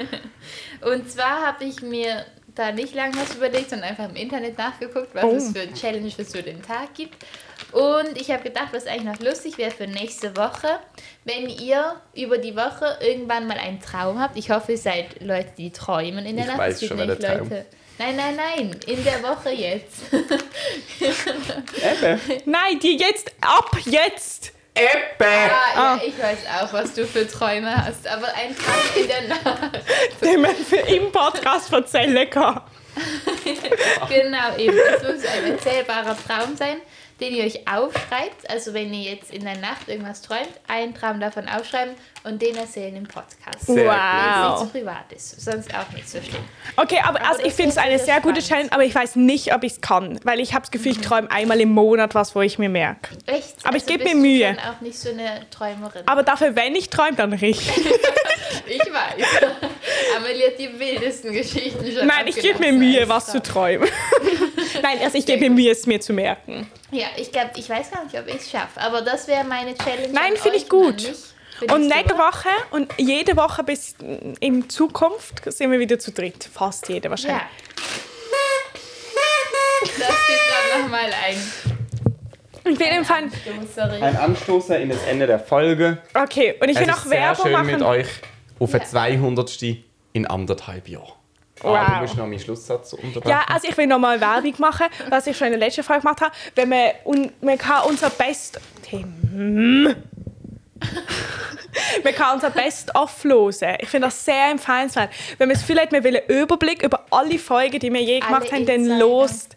Speaker 2: [LAUGHS] Und zwar habe ich mir da nicht lange was überlegt, sondern einfach im Internet nachgeguckt, was
Speaker 4: Oh.
Speaker 2: es für Challenges für den Tag gibt. Und ich habe gedacht, was eigentlich noch lustig wäre für nächste Woche, wenn ihr über die Woche irgendwann mal einen Traum habt. Ich hoffe, ihr seid Leute, die träumen in der
Speaker 1: Ich
Speaker 2: Nacht.
Speaker 1: weiß
Speaker 2: Es gibt
Speaker 1: schon, wer
Speaker 2: nämlich
Speaker 1: der Traum-
Speaker 2: Leute. Nein, nein, nein, in der Woche jetzt.
Speaker 1: Eben.
Speaker 4: Nein, die jetzt, ab jetzt
Speaker 1: Eppe!
Speaker 2: Ah,
Speaker 4: Ah.
Speaker 2: ja, ich weiß auch, was du für Träume hast, aber ein Traum in der Nacht.
Speaker 4: den man für im Podcast erzählen kann.
Speaker 2: genau, eben. Es muss ein erzählbarer Traum sein, den ihr euch aufschreibt. Also wenn ihr jetzt in der Nacht irgendwas träumt, einen Traum davon aufschreiben und den erzählen im Podcast. Wenn
Speaker 1: Sehr
Speaker 2: es nicht zu
Speaker 4: wow.
Speaker 2: privat ist, sonst auch nicht so schlimm.
Speaker 4: Okay, aber also
Speaker 2: das
Speaker 4: ich finde es
Speaker 2: wird
Speaker 4: eine
Speaker 2: sehr
Speaker 4: sehr gute
Speaker 2: spannend.
Speaker 4: Challenge, aber ich weiß nicht, ob ich es kann, weil ich habe das Gefühl, ich träume einmal im Monat was, wo ich mir merke.
Speaker 2: Echt? also
Speaker 4: Aber ich geb
Speaker 2: bist
Speaker 4: mir
Speaker 2: du
Speaker 4: Mühe.
Speaker 2: schon auch nicht so eine Träumerin.
Speaker 4: Aber dafür, wenn ich träume, dann richtig.
Speaker 2: ich [LAUGHS] weiß. Amelie hat die wildesten Geschichten schon
Speaker 4: Nein, ich gebe mir
Speaker 2: abgelassen
Speaker 4: Mühe,
Speaker 2: als
Speaker 4: was zu
Speaker 2: Traum.
Speaker 4: träumen. [LAUGHS] Nein, also ich gebe mir Mühe, es mir zu merken.
Speaker 2: Ja, ich glaube, ich weiß gar nicht, ob ich es schaffe, aber das wäre meine Challenge.
Speaker 4: Nein,
Speaker 2: an
Speaker 4: finde
Speaker 2: euch
Speaker 4: ich gut.
Speaker 2: an mich. Findest
Speaker 4: Und
Speaker 2: du?
Speaker 4: nächste Woche und jede Woche bis in Zukunft sind wir wieder zu dritt. Fast jede wahrscheinlich.
Speaker 2: Ja. Das geht gerade nochmal ein.
Speaker 4: Ich bin im Fall.
Speaker 2: Sorry.
Speaker 1: Ein Anstoßer in das Ende der Folge.
Speaker 4: Okay, und ich
Speaker 1: Es
Speaker 4: will
Speaker 1: ist
Speaker 4: noch
Speaker 1: sehr
Speaker 4: Werbung
Speaker 1: schön mit
Speaker 4: machen.
Speaker 1: euch auf
Speaker 2: Ja.
Speaker 1: den 200. in anderthalb Jahren. Aber du musst
Speaker 4: Wow.
Speaker 1: noch meinen Schlusssatz unterbrechen.
Speaker 4: Ja, also ich will nochmal Werbung machen, was ich schon in der letzten Folge gemacht habe. Wenn man, un, man kann unser Best... Tim. man kann unser Best off hören. Ich finde das sehr empfehlenswert. Wenn man das Gefühl hat, man will einen Überblick über alle Folgen, die wir je gemacht
Speaker 2: Alle
Speaker 4: haben, dann
Speaker 2: Insider.
Speaker 4: lost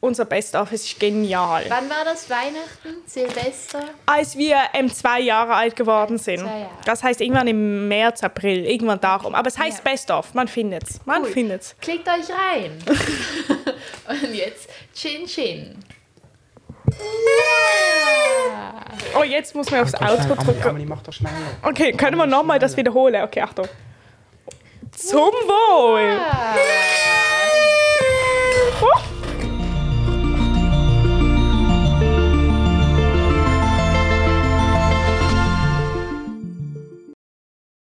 Speaker 4: unser Best off. Es ist genial.
Speaker 2: Wann war das? Weihnachten? Silvester?
Speaker 4: Als wir ähm, zwei Jahre alt geworden sind.
Speaker 2: Zwei Jahre.
Speaker 4: Das heißt irgendwann im März, April, irgendwann darum. Aber es heißt
Speaker 2: Ja.
Speaker 4: Best off. Man findet's. Man
Speaker 2: Cool.
Speaker 4: findet's.
Speaker 2: Klickt euch rein. [LAUGHS] Und jetzt Chin Chin.
Speaker 4: Oh, jetzt muss man aufs Outro drücken.
Speaker 1: Amelie, mach doch schneller.
Speaker 4: Okay, können wir nochmal das wiederholen? Okay, Achtung. Zum Wohl!
Speaker 2: Ah.